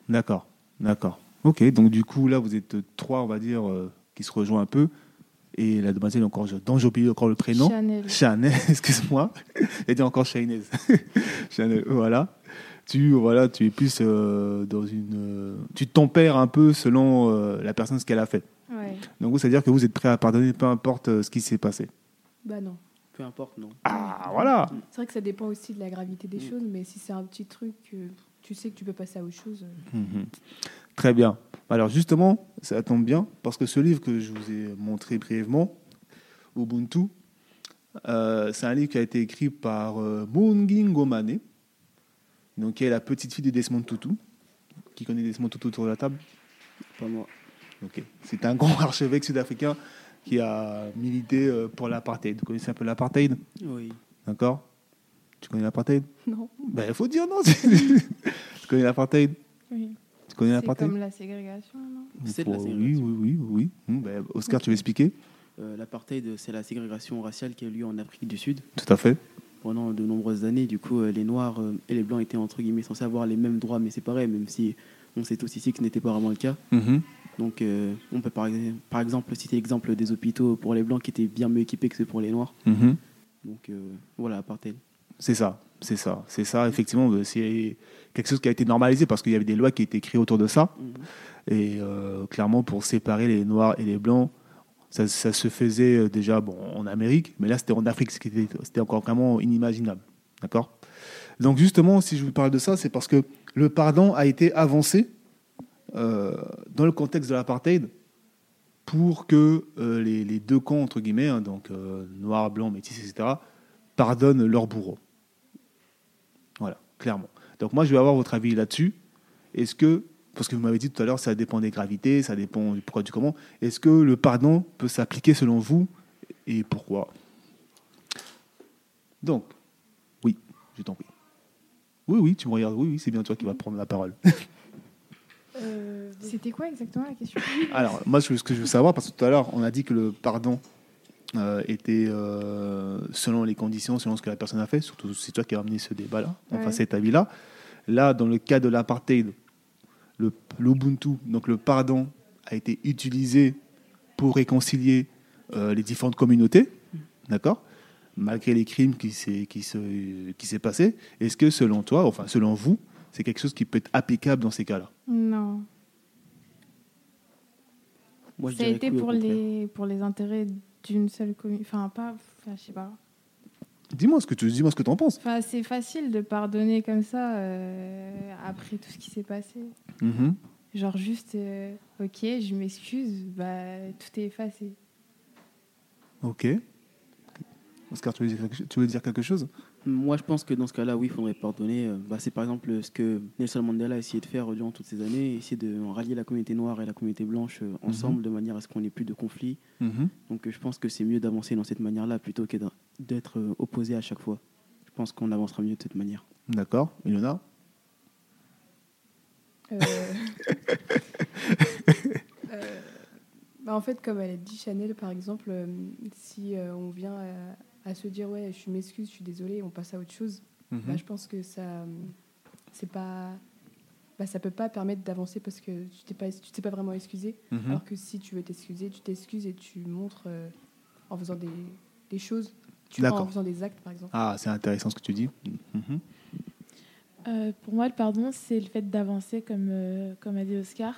D'accord, d'accord. Ok, donc du coup, là, vous êtes trois, on va dire, euh, qui se rejoignent un peu. Et la demoiselle, encore, je- dont j'ai oublié encore le prénom.
Chanel.
Chanel, excuse-moi. J'ai dit encore Chanel. Chanel, voilà. Tu, voilà, tu es plus euh, dans une. euh, tu tempères un peu selon euh, la personne ce qu'elle a fait.
Ouais.
Donc, vous, c'est-à-dire que vous êtes prêt à pardonner peu importe euh, ce qui s'est passé.
Bah non.
Peu importe, non.
Ah, voilà
C'est vrai que ça dépend aussi de la gravité des choses, mais si c'est un petit truc, euh, tu sais que tu peux passer à autre chose. euh.
Mhm. Très bien. Alors justement, ça tombe bien parce que ce livre que je vous ai montré brièvement, Ubuntu, euh, c'est un livre qui a été écrit par euh, Moongi Ngomane, donc qui est la petite fille de Desmond Tutu. Qui connaît Desmond Tutu autour de la table
Pas moi.
Ok. C'est un grand archevêque sud-africain qui a milité euh, pour l'apartheid. Vous connaissez un peu l'apartheid
Oui.
D'accord Tu connais l'apartheid
Non.
Ben, il faut dire non. tu connais l'apartheid
Oui.
Tu connais
C'est
l'apartheid
comme la ségrégation, non
C'est de la
Oh, oui, oui, oui, oui. Hum, ben, Oscar, tu veux expliquer
Euh, L'apartheid, c'est la ségrégation raciale qui a eu lieu en Afrique du Sud.
Tout à fait.
pendant de nombreuses années. Du coup, euh, les Noirs euh, et les Blancs étaient entre guillemets censés avoir les mêmes droits, mais c'est pareil, même si on sait tous ici que ce n'était pas vraiment le cas.
Mhm.
Donc, euh, on peut par, ex- par exemple citer l'exemple des hôpitaux pour les Blancs qui étaient bien mieux équipés que ceux pour les Noirs.
Mhm.
Donc, euh, voilà, apartheid.
C'est ça, c'est ça, c'est ça. Effectivement, euh, c'est quelque chose qui a été normalisé parce qu'il y avait des lois qui étaient créées autour de ça. Et euh, clairement, pour séparer les Noirs et les Blancs, ça, ça se faisait euh, déjà bon, en Amérique, mais là, c'était en Afrique, ce qui était, c'était encore vraiment inimaginable. D'accord Donc, justement, si je vous parle de ça, c'est parce que le pardon a été avancé euh, dans le contexte de l'apartheid pour que euh, les, les deux camps, entre guillemets, hein, donc euh, noirs, blancs, métis, etc., pardonnent leur bourreau. Voilà, clairement. Donc moi, je vais avoir votre avis là-dessus. Est-ce que, parce que vous m'avez dit tout à l'heure, ça dépend des gravités, ça dépend du pourquoi, du comment, est-ce que le pardon peut s'appliquer selon vous et pourquoi Donc, oui, je t'en prie. Oui, oui, tu me regardes, oui, oui, c'est bien toi qui vas prendre la parole.
Euh, C'était quoi exactement la question
Alors, moi, ce que je veux savoir, parce que tout à l'heure, on a dit que le pardon euh, était euh, selon les conditions, selon ce que la personne a fait, surtout c'est toi qui as amené ce débat-là, enfin
Ouais.
cet avis-là. Là, dans le cas de l'apartheid, le- l'Ubuntu, donc le pardon, a été utilisé pour réconcilier euh, les différentes communautés, d'accord Malgré les crimes qui s'est qui se- qui s'est passé, est-ce que selon toi, enfin selon vous, c'est quelque chose qui peut être applicable dans ces cas-là
Non.
Moi, je
ça a
dirais
été
que oui, au
pour
contraire.
les, pour les intérêts d'une seule commune. Enfin, pas. Enfin, je sais pas.
Dis-moi ce que tu dis-moi ce que tu en penses.
Enfin, c'est facile de pardonner comme ça euh, après tout ce qui s'est passé.
Mhm.
Genre juste, euh, ok, je m'excuse, bah tout est effacé.
Ok. Oscar, tu veux dire, tu veux dire quelque chose
Moi, je pense que dans ce cas-là, oui, il faudrait pardonner. Euh, bah, c'est par exemple ce que Nelson Mandela a essayé de faire durant toutes ces années, essayer de rallier la communauté noire et la communauté blanche euh, ensemble
Mhm.
de manière à ce qu'on n'ait plus de conflits.
Mhm.
Donc, euh, je pense que c'est mieux d'avancer dans cette manière-là plutôt que d'en- d'être euh, opposé à chaque fois. Je pense qu'on avancera mieux de cette manière.
D'accord, Ilona
Euh, euh, bah, en fait, comme elle a dit Chanel, par exemple, euh, si euh, on vient à, à se dire ouais, je suis- m'excuse, je suis désolée, on passe à autre chose,
Mhm.
bah, je pense que ça, euh, c'est pas, bah, ça peut pas permettre d'avancer parce que tu t'es pas, tu t'es pas vraiment excusé.
Mhm.
Alors que si tu veux t'excuser, tu t'excuses et tu montres euh, en faisant des, des choses, tu en
D'accord.
faisant des actes, par exemple.
Ah, c'est intéressant ce que tu dis. Mhm.
Euh, pour moi, le pardon, c'est le fait d'avancer, comme, euh, comme a dit Oscar.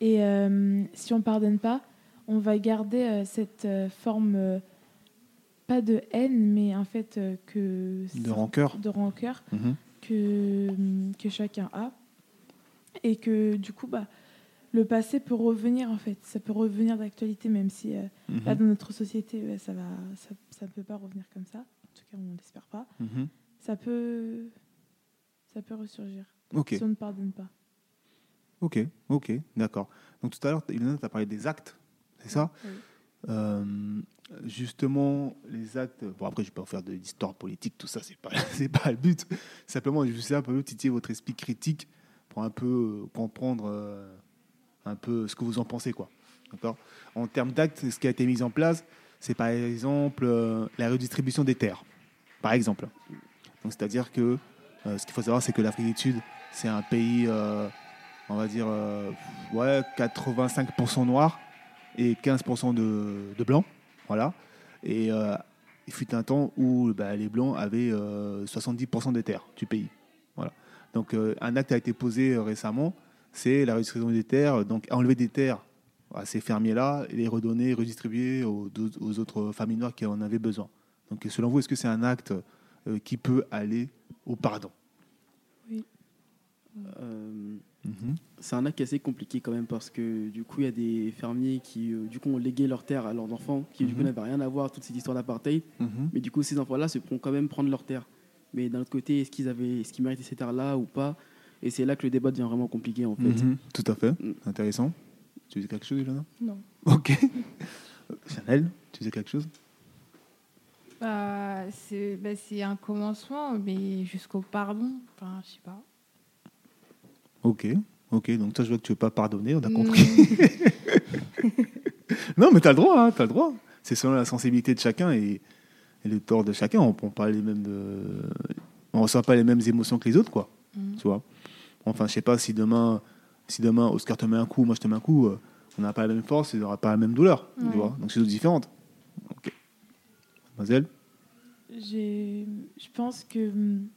Et euh, si on ne pardonne pas, on va garder euh, cette euh, forme, euh, pas de haine, mais en fait euh, que...
De rancœur.
De rancœur
Mhm.
que, euh, que chacun a. Et que du coup, bah, le passé peut revenir, en fait. Ça peut revenir d'actualité, même si euh,
Mhm.
là, dans notre société, ouais, ça va ça, ça ne peut pas revenir comme ça. En tout cas, on ne l'espère pas.
Mhm.
Ça peut... Ça peut ressurgir.
Ok.
Si on ne pardonne pas.
Ok, ok, d'accord. Donc tout à l'heure, Ilona, tu as parlé des actes, c'est ça
Oui.
Euh, Justement, les actes. Bon, après, je ne vais pas faire de l'histoire politique, tout ça, c'est pas, c'est pas le but. Simplement, je sais un peu titiller votre esprit critique pour un peu euh, comprendre euh, un peu ce que vous en pensez, quoi. D'accord En termes d'actes, ce qui a été mis en place, c'est par exemple euh, la redistribution des terres, par exemple. Donc, c'est-à-dire que euh, ce qu'il faut savoir, c'est que l'Afrique du Sud, c'est un pays, euh, on va dire, euh, ouais, 85% noir et 15% de, de blancs. Voilà. Et euh, il fut un temps où bah, les blancs avaient euh, 70% des terres du pays. Voilà. Donc, euh, un acte a été posé euh, récemment, c'est la redistribution des terres, donc enlever des terres à ces fermiers-là et les redonner, redistribuer aux, deux- aux autres familles noires qui en avaient besoin. Donc, selon vous, est-ce que c'est un acte euh, qui peut aller au pardon
Euh, C'est un acte assez compliqué quand même parce que du coup il y a des fermiers qui euh, du coup ont légué leurs terres à leurs enfants qui du coup
Mhm.
n'avaient rien à voir toutes ces histoires d'apartheid
Mhm.
mais du coup ces enfants là se font quand même prendre leurs terres mais d'un autre côté est-ce qu'ils avaient est-ce qu'ils méritaient ces terres là ou pas et c'est là que le débat devient vraiment compliqué en fait
Mhm, Tout à fait. Intéressant. Tu disais quelque chose, Ilona
Non.
Ok. Chanel, tu disais quelque chose
Bah, c'est bah, c'est un commencement, mais jusqu'au pardon. Enfin, je sais pas.
Ok. Ok, donc toi, je vois que tu veux pas pardonner, on a compris. non, mais tu as le droit, hein, t'as le droit. C'est selon la sensibilité de chacun et, et le tort de chacun. On ne pas les mêmes. euh, on ressent pas les mêmes émotions que les autres, quoi.
Mhm.
Tu vois Enfin, je sais pas si demain, si demain Oscar te met un coup, moi je te mets un coup, euh, on n'a pas la même force, il n'aura pas la même douleur.
Ouais.
Tu vois Donc c'est deux différentes. Ok. Mademoiselle
J'ai- Je pense que hum,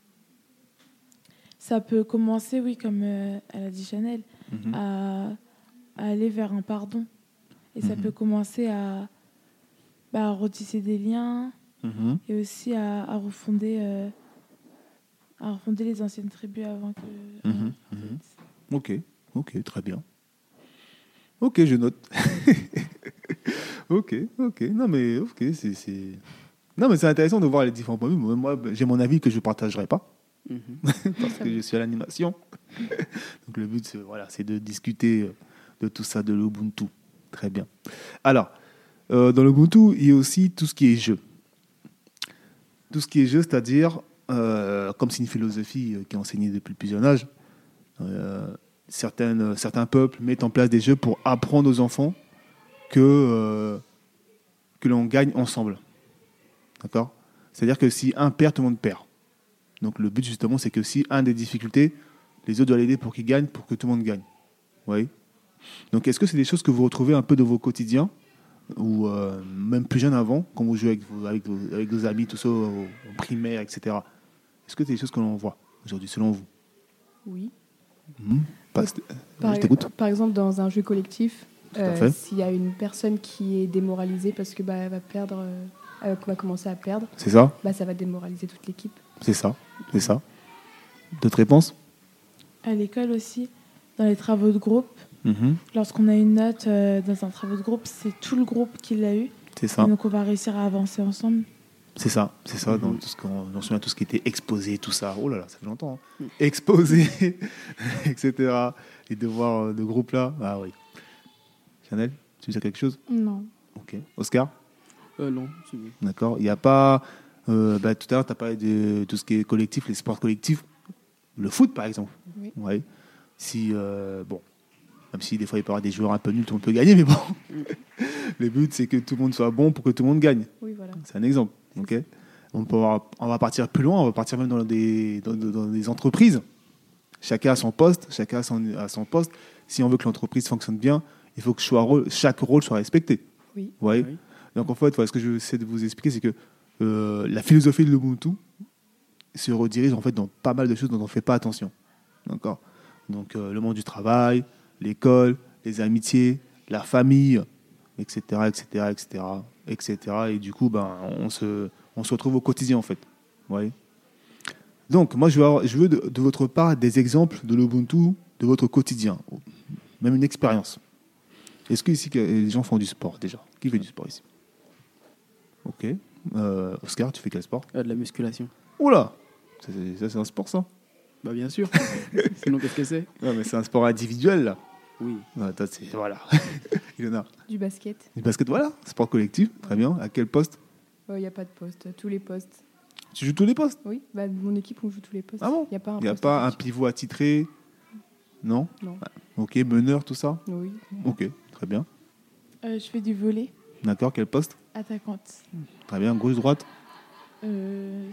ça peut commencer, oui, comme euh, elle a dit Chanel,
Mhm.
à, à aller vers un pardon. Et ça
Mhm.
peut commencer à, bah, à retisser des liens
Mhm.
et aussi à, à refonder, euh, à refonder les anciennes tribus avant que.
Mhm, mhm. Ok, ok, très bien. Ok, je note. ok, ok. Non, mais ok, c'est- c'est. Non, mais c'est intéressant de voir les différents points de vue. Moi, Moi, j'ai mon avis que je ne partagerai pas.
Mhm.
parce que je suis à l'animation. Donc, le but, c'est voilà, c'est de discuter euh, de tout ça, de l'Ubuntu. Très bien. Alors, euh, dans l'Ubuntu, il y a aussi tout ce qui est jeu tout ce qui est jeu, c'est-à-dire, euh, comme c'est une philosophie euh, qui est enseignée depuis le plus jeune âge, euh, certaines, euh, certains peuples mettent en place des jeux pour apprendre aux enfants que, euh, que l'on gagne ensemble. D'accord C'est-à-dire que si un perd, tout le monde perd. Donc le but, justement, c'est que si un des difficultés, les autres doivent l'aider pour qu'il gagne, pour que tout le monde gagne. Vous voyez Donc est-ce que c'est des choses que vous retrouvez un peu de vos quotidiens ou euh, même plus jeune avant, quand vous jouez avec vos, avec vos, avec vos amis, tout ça, au, au primaire, etc. Est-ce que c'est des choses que l'on voit aujourd'hui, selon vous
Oui.
Hmm Pas-
Par, e-
Je t'écoute.
par exemple, dans un jeu collectif,
Tout à
euh,
fait.
s'il y a une personne qui est démoralisée parce que bah, elle va perdre, euh, elle va commencer à perdre,
C'est ça.
Bah, ça va démoraliser toute l'équipe.
C'est ça, c'est ça. D'autres réponses
À l'école aussi, dans les travaux de groupe,
Mhm.
Lorsqu'on a une note euh, dans un travail de groupe, c'est tout le groupe qui l'a eu.
C'est ça.
Et donc on va réussir à avancer ensemble.
C'est ça, c'est ça, dans tout ce qu'on on se souvient, tout ce qui était exposé, tout ça. Oh là là, ça fait longtemps. hein. Exposé, etc. Les devoirs de groupe là. Ah oui. Chanel, tu veux dire quelque chose
Non.
Ok. Oscar
Euh, non, c'est bon.
D'accord. Il n'y a pas. euh, bah, tout à l'heure, tu as parlé de tout ce qui est collectif, les sports collectifs. Le foot, par exemple.
Oui.
Ouais. Si. euh, bon. Même si des fois, il peut y avoir des joueurs un peu nuls, tout le monde peut gagner, mais bon. le but, c'est que tout le monde soit bon pour que tout le monde gagne.
Oui, voilà.
C'est un exemple. ok on, peut avoir- on va partir plus loin, on va partir même dans des, dans- dans- dans des entreprises. Chacun a son poste, chacun a son, a son poste. Si on veut que l'entreprise fonctionne bien, il faut que chaque rôle, chaque rôle soit respecté.
Oui.
Vous voyez Donc en fait, voilà, ce que je vais essayer de vous expliquer, c'est que euh, la philosophie de l'Ubuntu se redirige en fait dans pas mal de choses dont on ne fait pas attention. D'accord Donc euh, le monde du travail, l'école, les amitiés, la famille, etc., etc., etc., etc. Et du coup, ben, on se, on se retrouve au quotidien en fait. Vous voyez donc, moi, je veux, avoir- je veux de, de votre part des exemples de l'Ubuntu, de votre quotidien, même une expérience. Est-ce que ici que- les gens font du sport déjà Qui fait du sport ici Ok. Euh, Oscar, tu fais quel sport
Ah, de la musculation.
Oula Ça, c'est- ça, c'est un sport, ça
Bah, bien sûr. Sinon, qu'est-ce que c'est
Non, mais c'est un sport individuel, là.
Oui.
Non, attends, c'est- voilà. Il y en a.
Du basket.
Du basket, voilà. Sport collectif, très bien. À quel poste
Oh, Il n'y a pas de poste. Tous les postes.
Tu joues tous les postes
Oui, bah, mon équipe, on joue tous les postes.
Ah bon
Il n'y a pas un
Il n'y a
poste.
pas un pivot attitré Non
Non.
Ok, meneur, tout ça
Oui.
Ok, très bien.
Euh, je fais du volet,
D'accord, quel poste
attaquante. Euh,
Très bien, gauche, droite,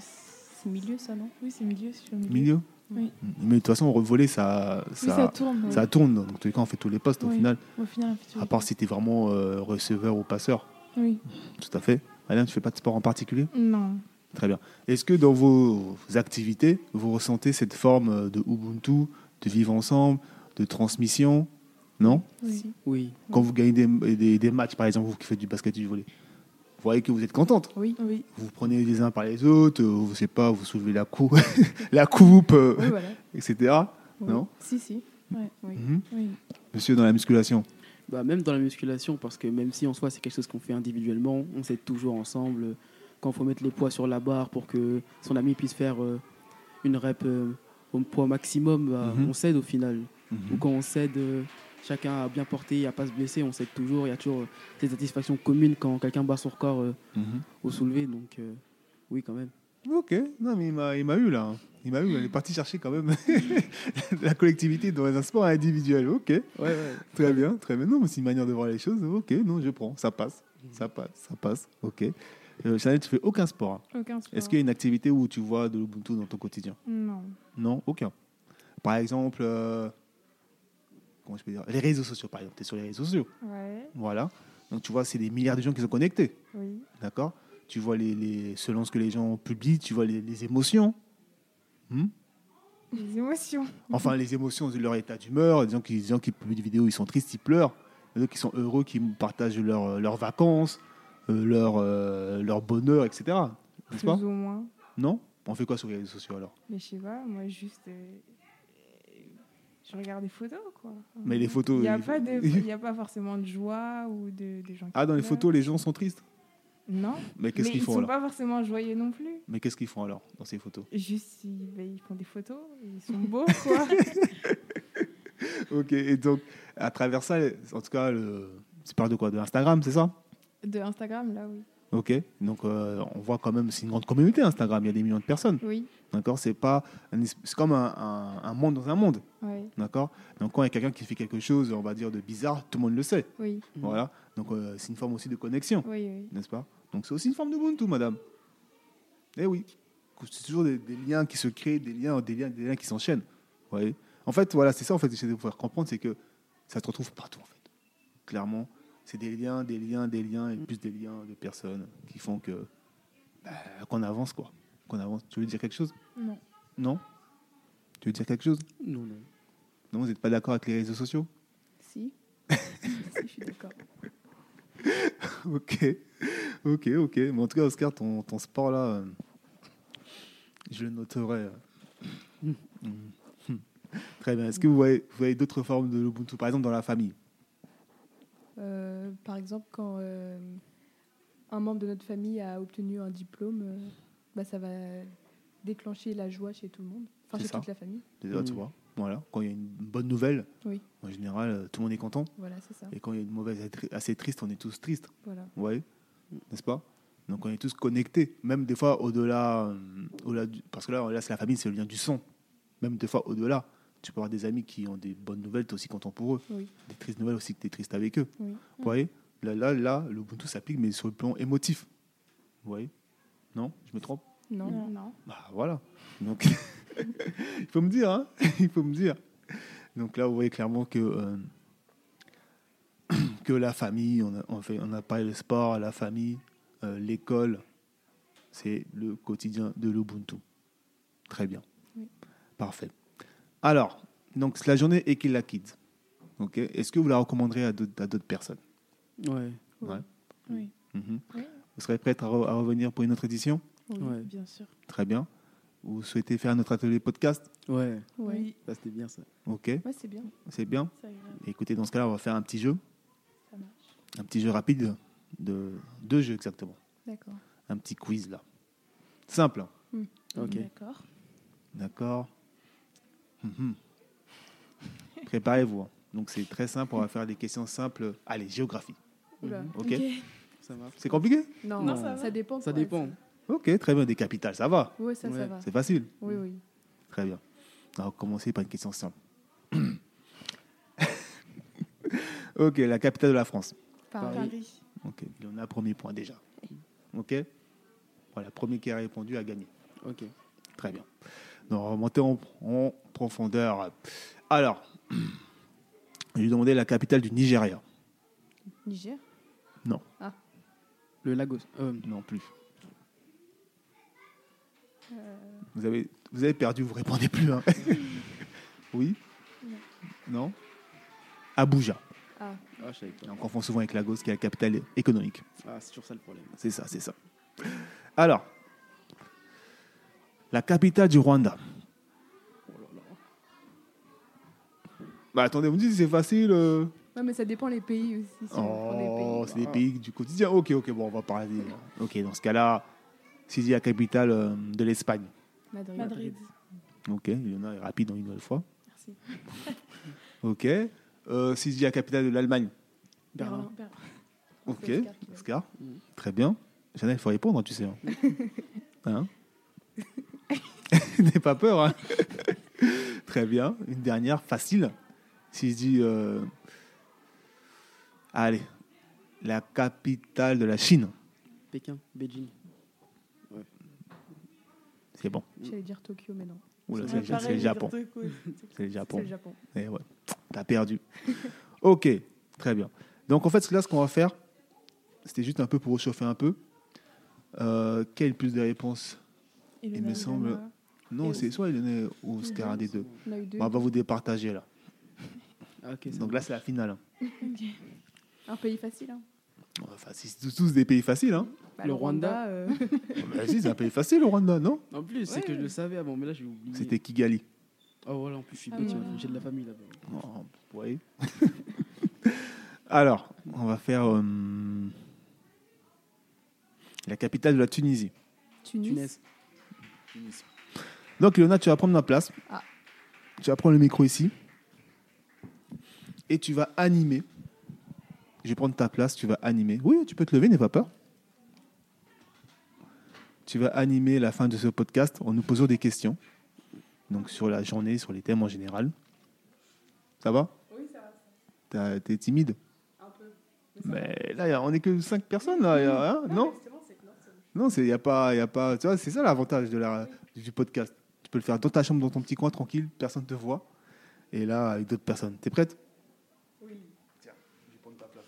c'est milieu, ça, non Oui, c'est milieu, je suis au milieu.
milieu
Oui.
Mais de toute façon, revoler, ça,
ça tourne, oui.
ça tourne. Donc, en tous les cas, on fait tous les postes au
Oui,
final.
au final, on fait tous
à
les
part si tu es vraiment euh, receveur ou passeur.
Oui.
Tout à fait. Alain, tu fais pas de sport en particulier
Non.
Très bien. Est-ce que dans vos activités, vous ressentez cette forme euh, de Ubuntu, de vivre ensemble, de transmission Non
Oui.
Oui.
Quand vous gagnez des, des- des matchs, par exemple, vous qui faites du basket et du volley, vous voyez que vous êtes contente.
Oui.
oui.
Vous prenez les uns par les autres, euh, vous ne savez pas, vous soulevez la, cou- la coupe, euh,
Oui, voilà.
etc.
Oui.
Non
Si, si.
Oui.
Mhm.
Oui.
Monsieur, dans la musculation
Bah, même dans la musculation, parce que même si en soi c'est quelque chose qu'on fait individuellement, on s'aide toujours ensemble. euh, Quand il faut mettre les poids sur la barre pour que son ami puisse faire euh, une rep euh, au poids maximum, bah,
Mhm.
on s'aide au final.
Mhm.
Ou quand on s'aide, euh, chacun à bien porter, à pas se blesser, on s'aide toujours. Il y a toujours euh, cette satisfaction commune quand quelqu'un bat son record euh,
Mhm.
au soulevé. Donc euh, oui, quand même.
Ok, non mais il m'a, il m'a eu là. hein. Il m'a eu, elle est partie chercher quand même la collectivité dans un sport individuel. Ok.
ouais.
Très bien, très bien. Non, mais c'est une manière de voir les choses. Ok, non, je prends. Ça passe.
Mhm.
Ça passe, ça passe. Ok. Euh, Chanel, tu fais aucun sport. hein.
Aucun sport.
Est-ce qu'il y a une activité où tu vois de l'Ubuntu dans ton quotidien
Non.
Non, aucun. Par exemple, euh, comment je peux dire Les réseaux sociaux, par exemple. Tu es sur les réseaux sociaux.
Ouais.
Voilà. Donc tu vois, c'est des milliards de gens qui sont connectés.
Oui.
D'accord Tu vois les, les- selon ce que les gens publient, tu vois les, les émotions. Hmm
Les émotions.
Mhm.
enfin, les émotions de leur état d'humeur. Des gens, qui, des gens qui publient des vidéos, ils sont tristes, ils pleurent. Des gens qui sont heureux, qui partagent leur, euh, leurs vacances, euh, leur, euh, leur bonheur, etc. N'est-ce
Plus
pas
ou moins.
Non On fait quoi sur les réseaux sociaux alors
Mais je sais pas, moi, juste. euh, Je regarde des photos, quoi.
Mais les photos,
Il n'y a,
il-
pas de- il y a pas forcément de joie ou de, des gens qui
Ah, dans les
pleurent.
photos, les gens sont tristes
Non.
Mais qu'est-ce qu'ils
ils
font
sont
alors
pas forcément joyeux non plus.
Mais qu'est-ce qu'ils font alors dans ces photos
Juste, ils, ben, ils font des photos, ils sont beaux, quoi.
Ok, et donc, à travers ça, en tout cas, le... tu parles de quoi De Instagram, c'est ça
De Instagram, là, oui.
Ok, donc euh, on voit quand même, c'est une grande communauté Instagram, il y a des millions de personnes.
Oui.
D'accord, c'est pas, un es- c'est comme un, un- un monde dans un monde.
Ouais.
D'accord, donc quand il y a quelqu'un qui fait quelque chose, on va dire de bizarre, tout le monde le sait.
Oui.
Mm.
Voilà, donc euh, c'est une forme aussi de connexion,
Oui, oui.
n'est-ce pas Donc c'est aussi une forme de Ubuntu, madame. Eh oui, c'est toujours des, des liens qui se créent, des liens, des liens, des liens qui s'enchaînent. Vous voyez En fait, voilà, c'est ça en fait que j'essaie de vous faire comprendre, c'est que ça se retrouve partout en fait. Clairement, c'est des liens, des liens, des liens et plus des liens de personnes qui font que bah, qu'on avance quoi, qu'on avance. Tu veux dire quelque chose
Non.
Non Tu veux dire quelque chose
Non, non.
Non, vous n'êtes pas d'accord avec les réseaux sociaux
Si. je suis d'accord.
Ok, ok, ok. Mais en tout cas, Oscar, ton, ton sport là, euh, je le noterai. euh.
Mm.
Hmm. Très bien. Est-ce que vous voyez, vous voyez d'autres formes de l'Ubuntu, par exemple dans la famille
Euh, par exemple, quand euh, un membre de notre famille a obtenu un diplôme, euh, bah, ça va déclencher la joie chez tout le monde, enfin
C'est
chez
ça.
toute la famille.
Déjà, tu
Mhm.
vois, voilà, quand il y a une bonne nouvelle,
Oui.
en général, euh, tout le monde est content.
Voilà, c'est ça.
Et quand il y a une mauvaise attri- assez triste, on est tous tristes.
Voilà.
Ouais, n'est-ce pas Donc on est tous connectés, même des fois au-delà, euh, au-delà du- parce que là, là c'est la famille, c'est le lien du sang. Même des fois au-delà, tu peux avoir des amis qui ont des bonnes nouvelles, tu es aussi content pour eux.
Oui.
Des tristes nouvelles aussi, tu es triste avec eux.
Oui.
Vous voyez là, là, là, le Ubuntu s'applique, mais sur le plan émotif. Vous voyez Non Je me trompe
Non, non.
bah voilà. Donc, il faut me dire, hein il faut me dire. Donc là, vous voyez clairement que, euh, que la famille, on a, on fait, on a parlé le sport, la famille, euh, l'école, c'est le quotidien de l'Ubuntu. Très bien.
Oui.
Parfait. Alors, donc c'est la journée et qu'il la quitte. Ok. Est-ce que vous la recommanderez à d'autres à d'autres personnes
Ouais.
Ouais.
Oui.
Mhm.
Oui.
Vous serez prête à, re- à revenir pour une autre édition
Oui, Ouais. bien sûr.
Très bien. Vous souhaitez faire notre atelier podcast
Ouais.
Oui.
Ça, c'était bien, ça.
Ok.
Ouais, c'est bien.
C'est bien.
C'est agréable.
Écoutez, dans ce cas-là, on va faire un petit jeu. Un petit jeu rapide de deux jeux exactement.
D'accord.
Un petit quiz là. Simple. hein.
Hmm.
Ok.
D'accord.
D'accord. Mhm. Préparez-vous. hein. Donc c'est très simple. On va faire des questions simples. Allez, géographie.
Oula.
Ok.
Ok.
Ça marche.
C'est compliqué
Mmh. Non, Non, ça va. ça dépend, Ça quoi. dépend.
Ok, très bien. Des capitales, ça va.
Ouais, ça, ça Ouais. va.
C'est facile.
Oui, oui.
Très bien. On va commencer par une question simple. ok, la capitale de la France.
Paris. Paris.
Ok, il en a un premier point déjà. Ok Voilà, premier qui a répondu a gagné.
Ok.
Très bien. Donc, on va remonter en, en profondeur. Alors, je lui demandais la capitale du Nigeria.
Niger
Non.
Ah.
Le Lagos.
Non plus.
Euh,
Vous avez, vous avez perdu, vous répondez plus. hein. oui
non.
Non Abuja.
Ah.
Ah, je savais pas.
On confond souvent avec Lagos, qui est la capitale économique.
Ah, c'est toujours ça le problème.
C'est ça, c'est ça. Alors, la capitale du Rwanda.
Oh
Bah attendez, vous me dites si c'est facile. euh.
Ouais, mais ça dépend les pays aussi. si on prend des pays.
Oh, c'est des pays du quotidien. Ok, ok, bon, on va parler. des- Ok, dans ce cas-là, si je dis la capitale euh, de l'Espagne.
Madrid.
Madrid.
Ok, il y en a rapide hein, une nouvelle fois.
Merci.
Ok. Euh, si je dis la capitale de l'Allemagne.
Berlin.
Ok,
Oscar.
Oscar. Très bien. Chanel, il faut répondre, hein, tu sais. hein. Hein N'aie pas peur. hein. Très bien. Une dernière, facile. Si je dis. euh, Allez, la capitale de la Chine.
Pékin, Beijing.
C'est bon.
J'allais dire Tokyo, mais non.
Oula,
Ouais,
c'est le-
pareil,
c'est le
j'allais dire
Japon.
Tokyo.
C'est le Japon.
C'est le Japon.
Et ouais, t'as perdu. ok, très bien. Donc en fait, là, ce qu'on va faire, c'était juste un peu pour réchauffer un peu. Euh, quelle plus de réponses
Ilona,
Il me semble.
Ilona.
Non,
Et
c'est soit Ilona ou Oscar, un des deux.
On a eu deux.
Bon, on va vous départager là.
Ok, ça
Donc là, c'est la finale. hein.
Un pays facile. Hein.
Enfin, c'est tous- tous des pays faciles. Hein.
Bah, le Rwanda, euh,
Bah, si, c'est un pays facile, le Rwanda, non
En plus, c'est que je le savais avant, mais là, j'ai oublié.
C'était Kigali.
Oh, voilà, en plus, je suis
Ah,
petit,
voilà.
j'ai de la famille là-bas.
Oh, ouais. Alors, on va faire euh, la capitale de la Tunisie.
Tunis.
Tunis.
Donc, Léona, tu vas prendre ma place.
Ah.
Tu vas prendre le micro ici. Et tu vas animer. Je vais prendre ta place, tu vas animer. Oui, tu peux te lever, n'aie pas peur. Tu vas animer la fin de ce podcast en nous posant des questions. Donc, sur la journée, sur les thèmes en général. Ça va
Oui, ça va.
T'as- T'es timide
Un peu.
Mais là, y a- on n'est que 5 personnes, là, y a- hein, non Non, il n'y a pas... y a pas tu vois, c'est ça l'avantage de la, du podcast. Tu peux le faire dans ta chambre, dans ton petit coin, tranquille, personne ne te voit. Et là, avec d'autres personnes. T'es prête
Oui.
Tiens, je vais prendre ta place.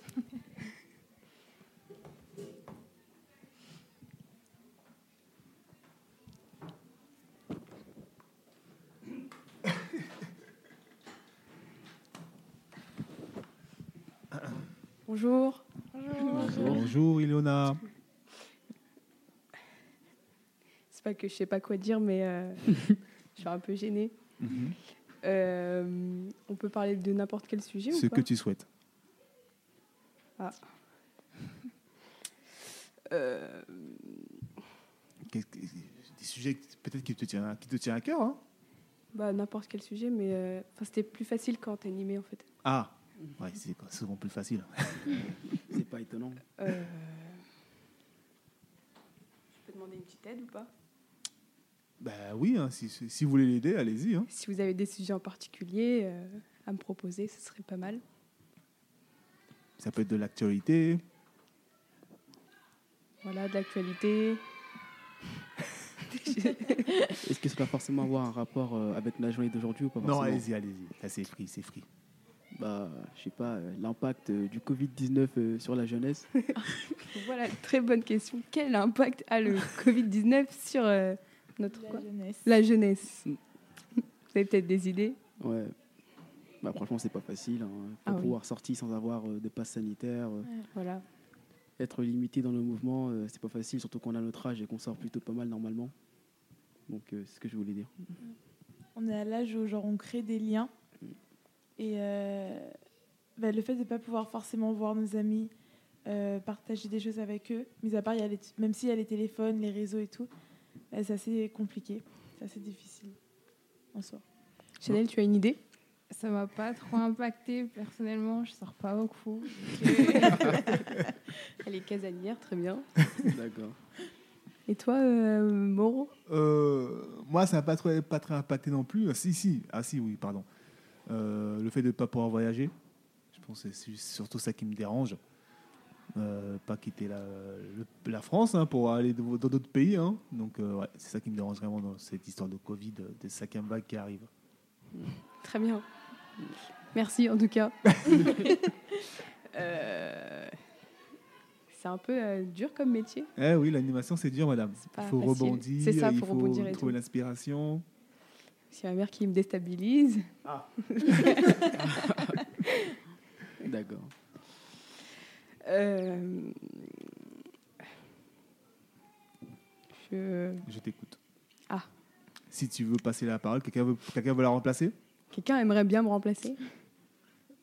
Bonjour.
Bonjour, Ilona.
C'est pas que je sais pas quoi dire, mais euh, je suis un peu gênée.
Mhm.
Euh, on peut parler de n'importe quel sujet Ah,
Ce
ou pas
que tu souhaites.
Ah.
euh,
Qu'est-ce que- Des sujets peut-être qui te tiennent à- qui te tiennent à cœur. hein
Bah, n'importe quel sujet, mais euh, enfin, c'était plus facile quand t'es animé en fait.
ah, ouais, c'est souvent plus facile.
c'est pas étonnant.
Euh, Je peux demander une petite aide ou pas
Bah oui, hein, si, si si vous voulez l'aider, allez-y. hein.
Si vous avez des sujets en particulier euh, à me proposer, ce serait pas mal.
Ça peut être de l'actualité.
Voilà, de l'actualité.
Est-ce que ça doit forcément avoir un rapport euh, avec la journée d'aujourd'hui ou pas
Non,
forcément
allez-y, allez-y. Là, c'est free, c'est free.
Bah, je sais pas, euh, l'impact euh, du Covid-19 euh, sur la jeunesse.
Voilà, très bonne question. Quel impact a le Covid-19 sur euh, notre quoi La jeunesse. Vous avez peut-être des idées
Ouais. Bah, franchement, c'est pas facile. hein. Faut
Ah oui.
pouvoir sortir sans avoir euh, de passe sanitaire. euh,
Voilà.
Être limité dans le mouvement, euh, c'est pas facile, surtout qu'on a notre âge et qu'on sort plutôt pas mal normalement. Donc, euh, c'est ce que je voulais dire.
On est à l'âge où genre on crée des liens et euh, bah, le fait de ne pas pouvoir forcément voir nos amis, euh, partager des choses avec eux, mis à part il y a les t- même s'il y a les téléphones, les réseaux et tout, bah, c'est assez compliqué, c'est assez difficile en soi.
Chanel, tu as une idée
Ça m'a pas trop impacté personnellement, je sors pas beaucoup.
Elle est casanière, très bien.
D'accord.
Et toi, euh, Moreau
Euh, moi, ça n'a pas, trop- pas très impacté non plus. Ah, si, si. Ah, si, oui, pardon. Euh, le fait de ne pas pouvoir voyager, je pense que c'est surtout ça qui me dérange. Euh, pas quitter la, le- la France hein, pour aller dans dans d'autres pays. hein. Donc, euh, ouais, c'est ça qui me dérange vraiment dans cette histoire de Covid, euh, de cinquième vague qui arrive.
Très bien. Merci en tout cas. Euh, c'est un peu euh, dur comme métier.
Eh oui, l'animation, c'est dur, madame.
pas
Il faut
facile.
rebondir,
C'est ça,
il
faut
faut
rebondir et
trouver
tout.
l'inspiration.
C'est ma mère qui me déstabilise.
D'accord.
Euh, je-
Je t'écoute.
Ah.
Si tu veux passer la parole, quelqu'un veut, quelqu'un veut la remplacer
Quelqu'un aimerait bien me remplacer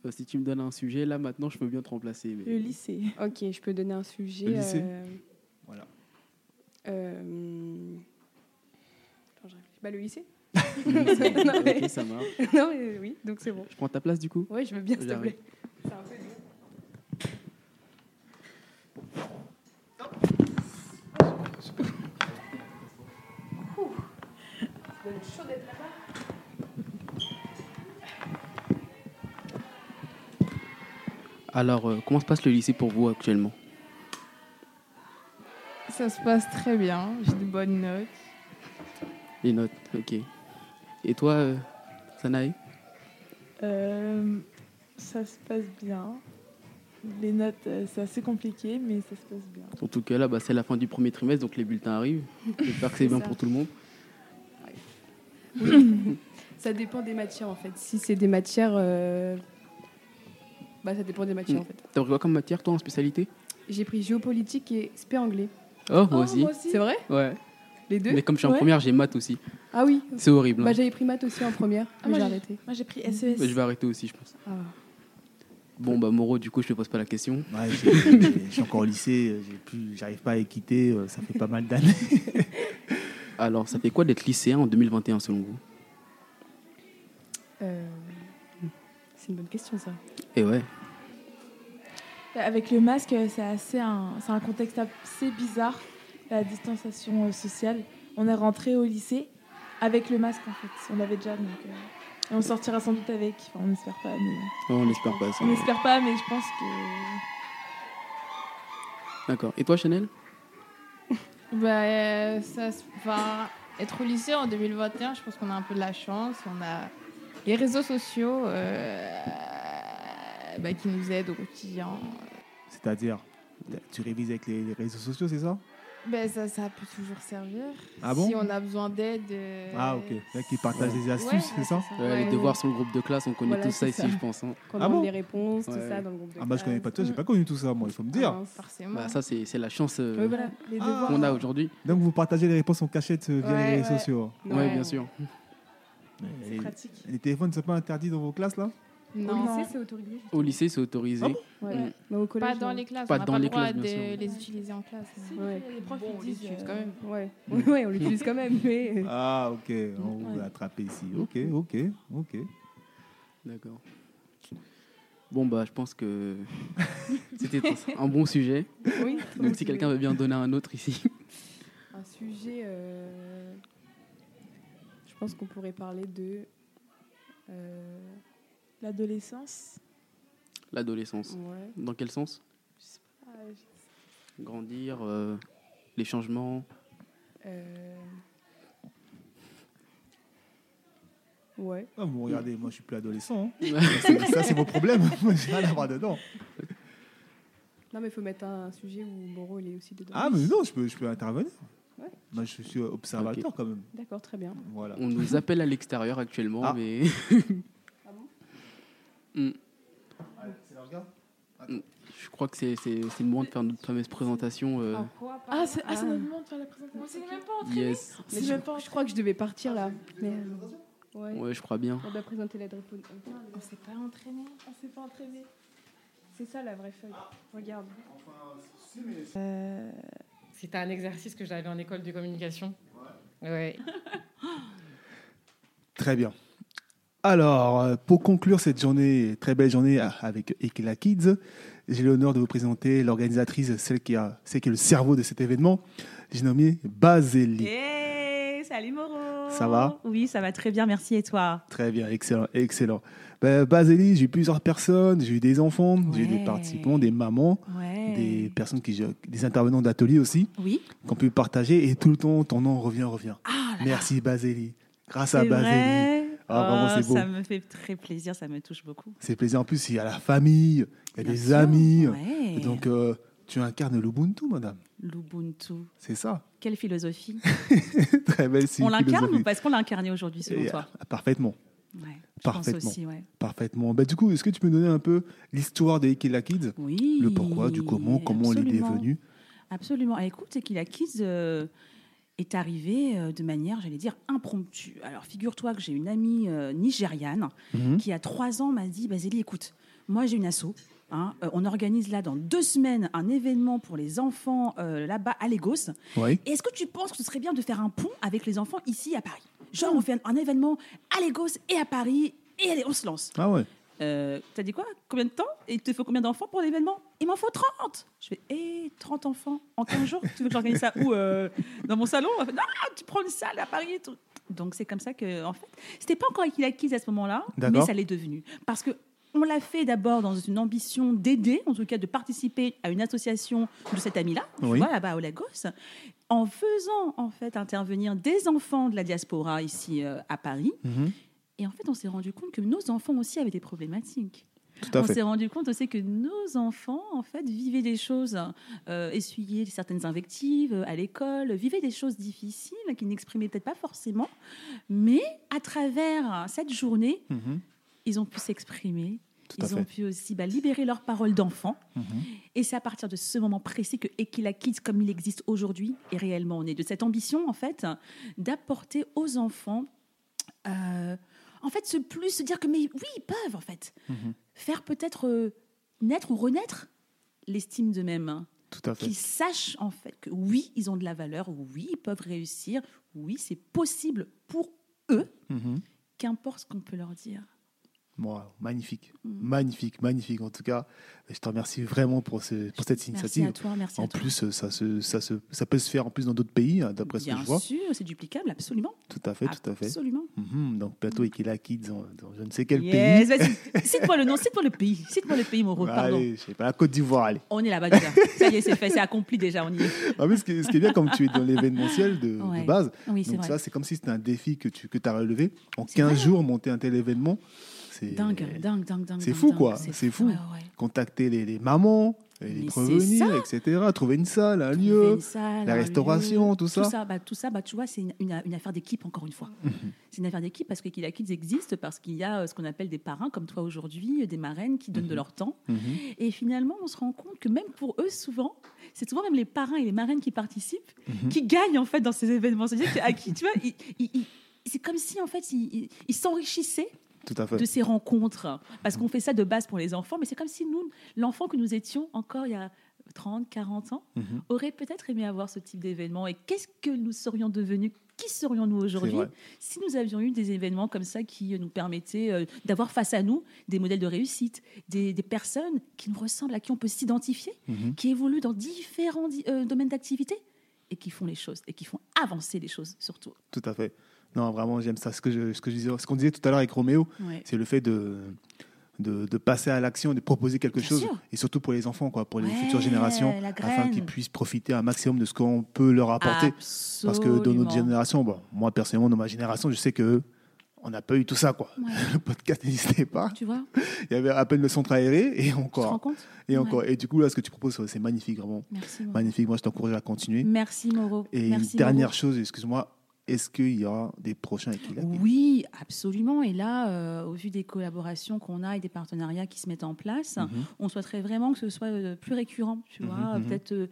Euh, si tu me donnes un sujet, là, maintenant, je peux bien te remplacer. Mais...
lycée. Ok, je peux donner un sujet.
Le lycée.
euh,
Voilà.
euh, attends, je réfléchis. Bah, le lycée
lycée.
Non, mais-
Ok, ça marche.
Non, mais oui, donc c'est bon.
Je prends ta place du coup
Oui, je veux bien, s'il te
J'arrive.
plaît. C'est un peu dur.
Alors, euh, comment se passe le lycée pour vous actuellement
Ça se passe très bien, j'ai de bonnes notes.
Les notes, ok. Et toi, euh, Sanae
Euh, ça se passe bien. Les notes, euh, c'est assez compliqué, mais ça se passe bien.
Surtout que là, bah, c'est la fin du premier trimestre, donc les bulletins arrivent. J'espère que c'est
C'est
bien
ça.
pour tout le monde.
Oui. ça dépend des matières en fait. Si c'est des matières. euh, Bah, ça dépend des matières
Mm.
en fait.
T'as pris quoi comme matière, toi, en spécialité
J'ai pris géopolitique et spé anglais.
Oh, moi aussi.
C'est vrai
Ouais.
Les deux
Mais comme je suis en
Ouais.
première, j'ai maths aussi.
Ah oui
C'est horrible,
Bah,
hein.
j'avais pris maths aussi en première, mais
Ah, moi,
j'ai
j'ai-
arrêté. Mm.
Moi, j'ai pris E SES.
Bah, je vais arrêter aussi, je pense.
Ah.
Bon, bah, Moreau, du coup, je te pose pas la question.
Ouais, j'ai- j'ai- je suis encore au lycée, euh, j'ai plus- j'arrive pas à équiter, euh, ça fait pas mal d'années.
Alors, ça fait quoi d'être lycéen en 2021 selon vous
Euh, C'est une bonne question ça.
Eh ouais.
Bah, Avec le masque, euh, c'est assez un, c'est un contexte assez bizarre, la distanciation euh, sociale. On est rentré au lycée avec le masque, en fait. On l'avait déjà, donc... euh, et on sortira sans doute avec. Enfin, on n'espère pas, mais...
Oh, on n'espère pas ça.
On n'espère pas, mais je pense que...
D'accord. Et toi, Chanel
Bah, euh, ça se- enfin, être au lycée en 2021, je pense qu'on a un peu de la chance. On a les réseaux sociaux euh, bah, qui nous aident au quotidien.
C'est-à-dire, tu révises avec les, les réseaux sociaux, c'est ça
Ben, ça, ça peut toujours servir.
Ah bon
Si on a besoin d'aide. euh,
Ah, ok. Là, qui partagent
Ouais.
des astuces,
Ouais,
c'est ça
Ouais, Les devoirs sur le groupe de classe, on connaît
Voilà,
tout ça
c'est
ici,
ça.
je pense. hein.
Qu'on
Ah
demande
bon
les réponses, tout
Ouais.
ça dans le groupe de
Ah, bah, je connais
classe.
pas tout, j'ai pas connu tout ça, moi, il faut me dire.
Ah,
forcément.
Bah, ça, c'est c'est la chance euh,
bah,
Oui, voilà, les
Ah.
devoirs.
qu'on a aujourd'hui.
Donc, vous partagez les réponses en cachette euh, via
Ouais,
les réseaux
ouais.
sociaux
Ouais, bien sûr.
Les, les téléphones ne sont pas interdits dans vos classes, là Ah
Non.
Au lycée, c'est autorisé.
Au lycée, c'est autorisé.
Ouais.
Mm.
Bah,
Mais au collège,
Pas dans
hein.
non.
les classes.
Pas
on n'a
dans
pas
les
le droit
classes,
de
bien sûr.
les utiliser en classe. mais-
Ouais.
Les profs,
Bon,
ils disent,
hein.
euh,
quand même. Ouais,
Mm.
ouais on l'utilise quand même, mais.
Ah, ok, on vous l'a attrapé ici. Ok, ok, ok.
D'accord. Bon, bah, je pense que c'était un bon sujet.
Oui,
Même si quelqu'un veut bien donner un autre ici.
Un sujet. euh, Je pense qu'on pourrait parler de. euh,
L'adolescence.
L'adolescence.
Ouais.
Dans quel sens
euh,
Grandir, euh, Ah. les changements.
euh, Ouais.
Ah, vous regardez, moi je suis plus adolescent. hein.
Ouais.
Ça, ça, c'est vos problèmes. Moi j'ai rien à voir dedans.
Non, mais il faut mettre un sujet où Moreau il est aussi dedans.
Ah, mais non, je peux, je peux intervenir.
Ouais.
Moi je suis observateur quand même.
D'accord, très bien.
Voilà.
On nous appelle à l'extérieur actuellement, mais. Mm. Mm. Je crois que c'est c'est- c'est le moment de faire notre fameuse présentation. euh,
Ah, c'est ah, c'est notre moment de faire la présentation. C'est même pas entraîné.
Yes.
Mais
C'est
je,
même pas
je crois que je devais partir là. Mais, euh, ouais. Eh ben,
Ouais, je crois bien.
On doit présenter la drapeau.
On s'est pas entraîné. On s'est pas entraîné.
C'est ça la vraie feuille. Regarde.
euh,
C'était un exercice que j'avais en école de communication. Ouais.
Très bien. Alors, euh, pour conclure cette journée, très belle journée a- avec Ekila Kids, j'ai l'honneur de vous présenter l'organisatrice, celle qui, a, celle qui est le cerveau de cet événement. J'ai nommé Baseli.
Hey, salut Moro
Ça va
Oui, ça va très bien, merci et toi
Très bien, excellent, excellent. Ben, Baseli, j'ai eu plusieurs personnes, j'ai eu des enfants, j'ai eu des participants, des mamans,
Ouais.
des personnes qui, des intervenants d'ateliers aussi,
Oui.
qu'on peut partager et tout le temps ton nom revient, revient.
Ah,
Merci Baseli, grâce à
oh C'est vrai
Baseli. Ah, vraiment,
Oh,
c'est beau.
Ça me fait très plaisir, ça me touche beaucoup.
C'est plaisir. En plus, il y a la famille, il y a des amis.
ouais.
Et Donc, euh, tu incarnes l'Ubuntu, madame.
L'Ubuntu,
C'est ça.
quelle philosophie
Très belle si-
On l'incarne ou
philosophie.
pas Est-ce qu'on l'a incarné aujourd'hui selon
Et,
toi
ah, Parfaitement.
Ouais, je pense
Parfaitement.
aussi, ouais.
Parfaitement. Bah, du coup, est-ce que tu peux me donner un peu l'histoire de Ikila Kids
Oui.
Le pourquoi, du comment, comment l'idée est
absolument.
venue
Absolument. Ah, écoute, c'est qu'il a Kids euh, est arrivé euh, de manière, j'allais dire, impromptue. Alors, figure-toi que j'ai une amie euh, nigériane
Mhm.
qui, à trois ans, m'a dit Basili, écoute, moi, j'ai une asso. hein, euh, on organise là dans deux semaines un événement pour les enfants euh, là-bas à Lagos.
Oui.
Est-ce que tu penses que ce serait bien de faire un pont avec les enfants ici à Paris Genre, on fait un, un événement à Lagos et à Paris et allez, on se lance.
Ah ouais
Euh, T'as dit quoi Combien de temps Et il te faut combien d'enfants pour l'événement Il m'en faut 30 Je fais, hé, 30 enfants en 15 jours Tu veux que j'organise ça où euh, Dans mon salon Elle fait, Non, tu prends une salle à Paris et tout. Donc c'est comme ça que, en fait, c'était pas encore qu'il acquise à ce moment-là, mais
D'accord.
ça l'est devenu. Parce que on l'a fait d'abord dans une ambition d'aider, en tout cas de participer à une association de cet ami-là, tu
Oui.
vois, là-bas au Lagos, en faisant en fait intervenir des enfants de la diaspora ici euh, à Paris. Et en fait, on s'est rendu compte que nos enfants aussi avaient des problématiques.
Tout à
on
fait.
s'est rendu compte aussi que nos enfants, en fait, vivaient des choses, euh, essuyaient certaines invectives euh, à l'école, vivaient des choses difficiles qu'ils n'exprimaient peut-être pas forcément, mais à travers cette journée,
Mm-hmm.
ils ont pu s'exprimer,
à
ils
fait.
ont pu aussi bah, libérer leurs paroles d'enfants.
Mm-hmm.
Et c'est à partir de ce moment précis que Ekila Kids, comme il existe aujourd'hui, est réellement né de cette ambition, en fait, d'apporter aux enfants, euh, en fait, ce plus, se dire que, mais oui, ils peuvent, en fait, faire peut-être euh, naître ou renaître l'estime d'eux-mêmes.
Tout à fait.
Qu'ils sachent, en fait, que oui, ils ont de la valeur, oui, ils peuvent réussir, oui, c'est possible pour eux,
Mhm.
qu'importe ce qu'on peut leur dire.
Wow, magnifique,
Mm.
magnifique, magnifique. En tout cas, je te remercie vraiment pour, ce- pour cette initiative.
à toi, merci à
En
toi.
plus, euh, ça, se- ça, se- ça peut se faire en plus dans d'autres pays, hein, d'après ce que
Bien
je vois.
sûr, c'est duplicable, absolument.
Tout à fait, tout à fait.
Absolument. Mm.
Mhm, donc, plateau Ikila Kids, dans, dans je ne sais quel pays.
Yes,
Bah,
vas-y. Cite-moi le nom, cite-moi le pays. Cite-moi le pays, Moreau, pardon.
Allez, je sais pas, la Côte d'Ivoire, allez.
On est là-bas déjà. Ça y est, c'est fait, c'est accompli déjà, on y est.
Ah oui, ce, qui, ce qui est bien, comme tu es dans l'événementiel de, de
Ouais.
base,
Oui, c'est
donc
vrai.
ça, c'est comme si c'était un défi que tu que as relevé. En 15 jours, monter un tel événement, c'est
Dingue, dingue, dingue, dingue.
c'est
dingue,
fou,
dingue.
quoi.
C'est-
C'est fou. Contacter les, les mamans, les
c'est
prévenir,
ça.
etc. Trouver une salle, un
Trouver
lieu,
une salle,
la
un
restauration,
lieu,
tout ça.
Tout ça, bah, tout ça bah, tu vois, c'est une, une- une affaire d'équipe, encore une fois. c'est une affaire d'équipe parce que Kila Kids existe, parce qu'il y a euh, ce qu'on appelle des parrains, comme toi aujourd'hui, euh, des marraines qui
Mhm.
donnent de leur temps. Et finalement, on se rend compte que même pour eux, souvent, c'est souvent même les parrains et les marraines qui participent,
Mhm.
qui gagnent en fait dans ces événements. C'est-à-dire qu'à qui, tu vois, ils- ils- ils- c'est comme si en fait ils ils- ils s'enrichissaient
Tout à fait.
de ces rencontres. Parce qu'on fait ça de base pour les enfants, mais c'est comme si nous, l'enfant que nous étions encore il y a 30, 40 ans,
Mhm.
aurait peut-être aimé avoir ce type d'événement. Et qu'est-ce que nous serions devenus qui serions-nous aujourd'hui
vrai.
si nous avions eu des événements comme ça qui euh, nous permettaient euh, d'avoir face à nous des modèles de réussite, des, des personnes qui nous ressemblent, à qui on peut s'identifier,
Mhm.
qui évoluent dans différents di- euh, domaines d'activité et qui font les choses, et qui font avancer les choses surtout.
Tout à fait. Non, vraiment, j'aime ça. Ce que je, ce que je disais, ce qu'on disait tout à l'heure avec Roméo,
Ouais.
c'est le fait de, de, de passer à l'action, de proposer quelque
Bien
chose,
sûr.
et surtout pour les enfants, quoi, pour les
Ouais,
futures générations,
la
afin
graine.
qu'ils puissent profiter un maximum de ce qu'on peut leur apporter. Parce que dans
Absolument.
notre génération, bon, moi personnellement, dans ma génération, je sais que on n'a pas eu tout ça, quoi.
Ouais.
Le podcast n'existait pas.
Tu vois
Il y avait à peine le centre aéré et encore.
rends compte
et encore.
Ouais.
Et du coup, là, ce que tu proposes, c'est magnifique, vraiment.
Merci, Moreau.
Magnifique. Moi, je t'encourage à continuer.
Merci Moreau.
Et
Merci,
une dernière
Moreau.
chose, excuse-moi, est-ce qu'il y aura des prochains avec Ila
Oui, absolument. Et là, euh, au vu des collaborations qu'on a et des partenariats qui se mettent en place,
Mhm.
on souhaiterait vraiment que ce soit euh, plus récurrent, tu
Mhm,
vois,
mhm.
peut-être euh,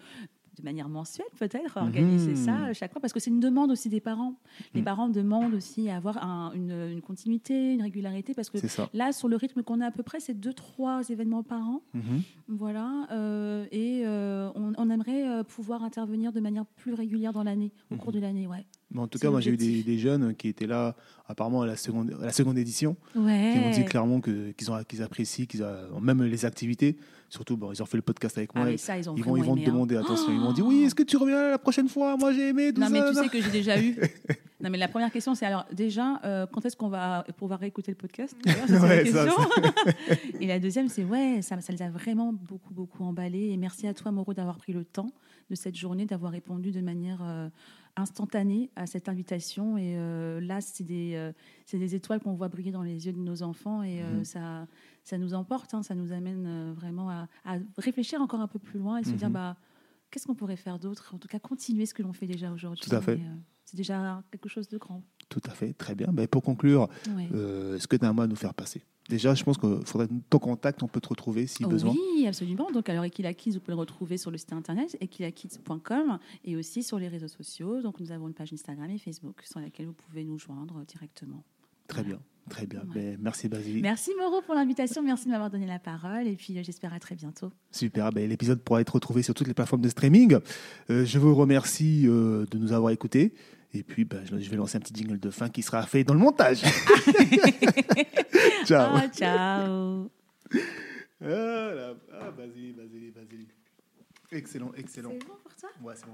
de manière mensuelle, peut-être, organiser
Mhm. Mm.
ça euh, chaque fois, parce que c'est une demande aussi des parents. Les parents demandent aussi à avoir un- une, une continuité, une régularité, parce que
C'est ça.
là, sur le rythme qu'on a à peu près, c'est deux, trois événements par an.
Mhm.
Voilà, euh, et euh, on, on aimerait euh, pouvoir intervenir de manière plus régulière dans l'année, au
Mhm.
cours de l'année, ouais.
Mais en tout
C'est
cas, moi, j'ai eu des,
l'objectif.
des jeunes qui étaient là, apparemment, à la seconde, à la seconde édition,
Ouais.
qui ont dit clairement que- qu'ils ont- qu'ils apprécient, qu'ils a- même les activités. Surtout, bon, ils ont fait le podcast avec
Ah,
moi.
mais
et-
ça, ils ont
vont, ils
vraiment
vont
aimé, hein.
demander, attention, ils m'ont dit oui, est-ce que tu reviens la prochaine fois Moi, j'ai aimé. Tout
Non, mais
ça,
tu
là.
sais que j'ai déjà eu. Non, mais la première question, c'est alors déjà, euh, quand est-ce qu'on va pouvoir réécouter le podcast D'ailleurs, ça, c'est la
Ouais, ça,
question. Et la deuxième, c'est ouais, ça, ça les a vraiment beaucoup, beaucoup emballés. Et merci à toi, Moreau, d'avoir pris le temps de cette journée, d'avoir répondu de manière euh, instantanée à cette invitation. Et euh, là, c'est des, euh, c'est des étoiles qu'on voit briller dans les yeux de nos enfants. Et euh,
Mhm.
ça, ça nous emporte, hein, ça nous amène euh, vraiment à, à réfléchir encore un peu plus loin et se dire,
Mhm.
bah, qu'est-ce qu'on pourrait faire d'autre En tout cas, continuer ce que l'on fait déjà aujourd'hui.
Tout à fait.
Et, euh, c'est déjà quelque chose de grand.
Tout à fait, très bien. Mais pour conclure,
Ouais.
euh, est-ce que tu as un mot à nous faire passer Déjà, je pense qu'il faudrait ton contact, on peut te retrouver si besoin.
Oui, absolument. Donc, alors, Equila Kids, vous pouvez le retrouver sur le site internet equilakids.com et aussi sur les réseaux sociaux. Donc, nous avons une page Instagram et Facebook sur laquelle vous pouvez nous joindre directement.
Très bien, très bien. Mais merci, Basile.
Merci, Moreau, pour l'invitation. Merci de m'avoir donné la parole. Et puis, euh, j'espère à très bientôt.
Super, ben, l'épisode pourra être retrouvé sur toutes les plateformes de streaming. Euh, je vous remercie euh, de nous avoir écoutés. Et puis, ben, je, je vais lancer un petit jingle de fin qui sera fait dans le montage. ciao.
Ah, ciao.
Ah, là, ah, Basile, Basile, Basile. Excellent, excellent.
C'est bon pour toi
Ouais, c'est bon.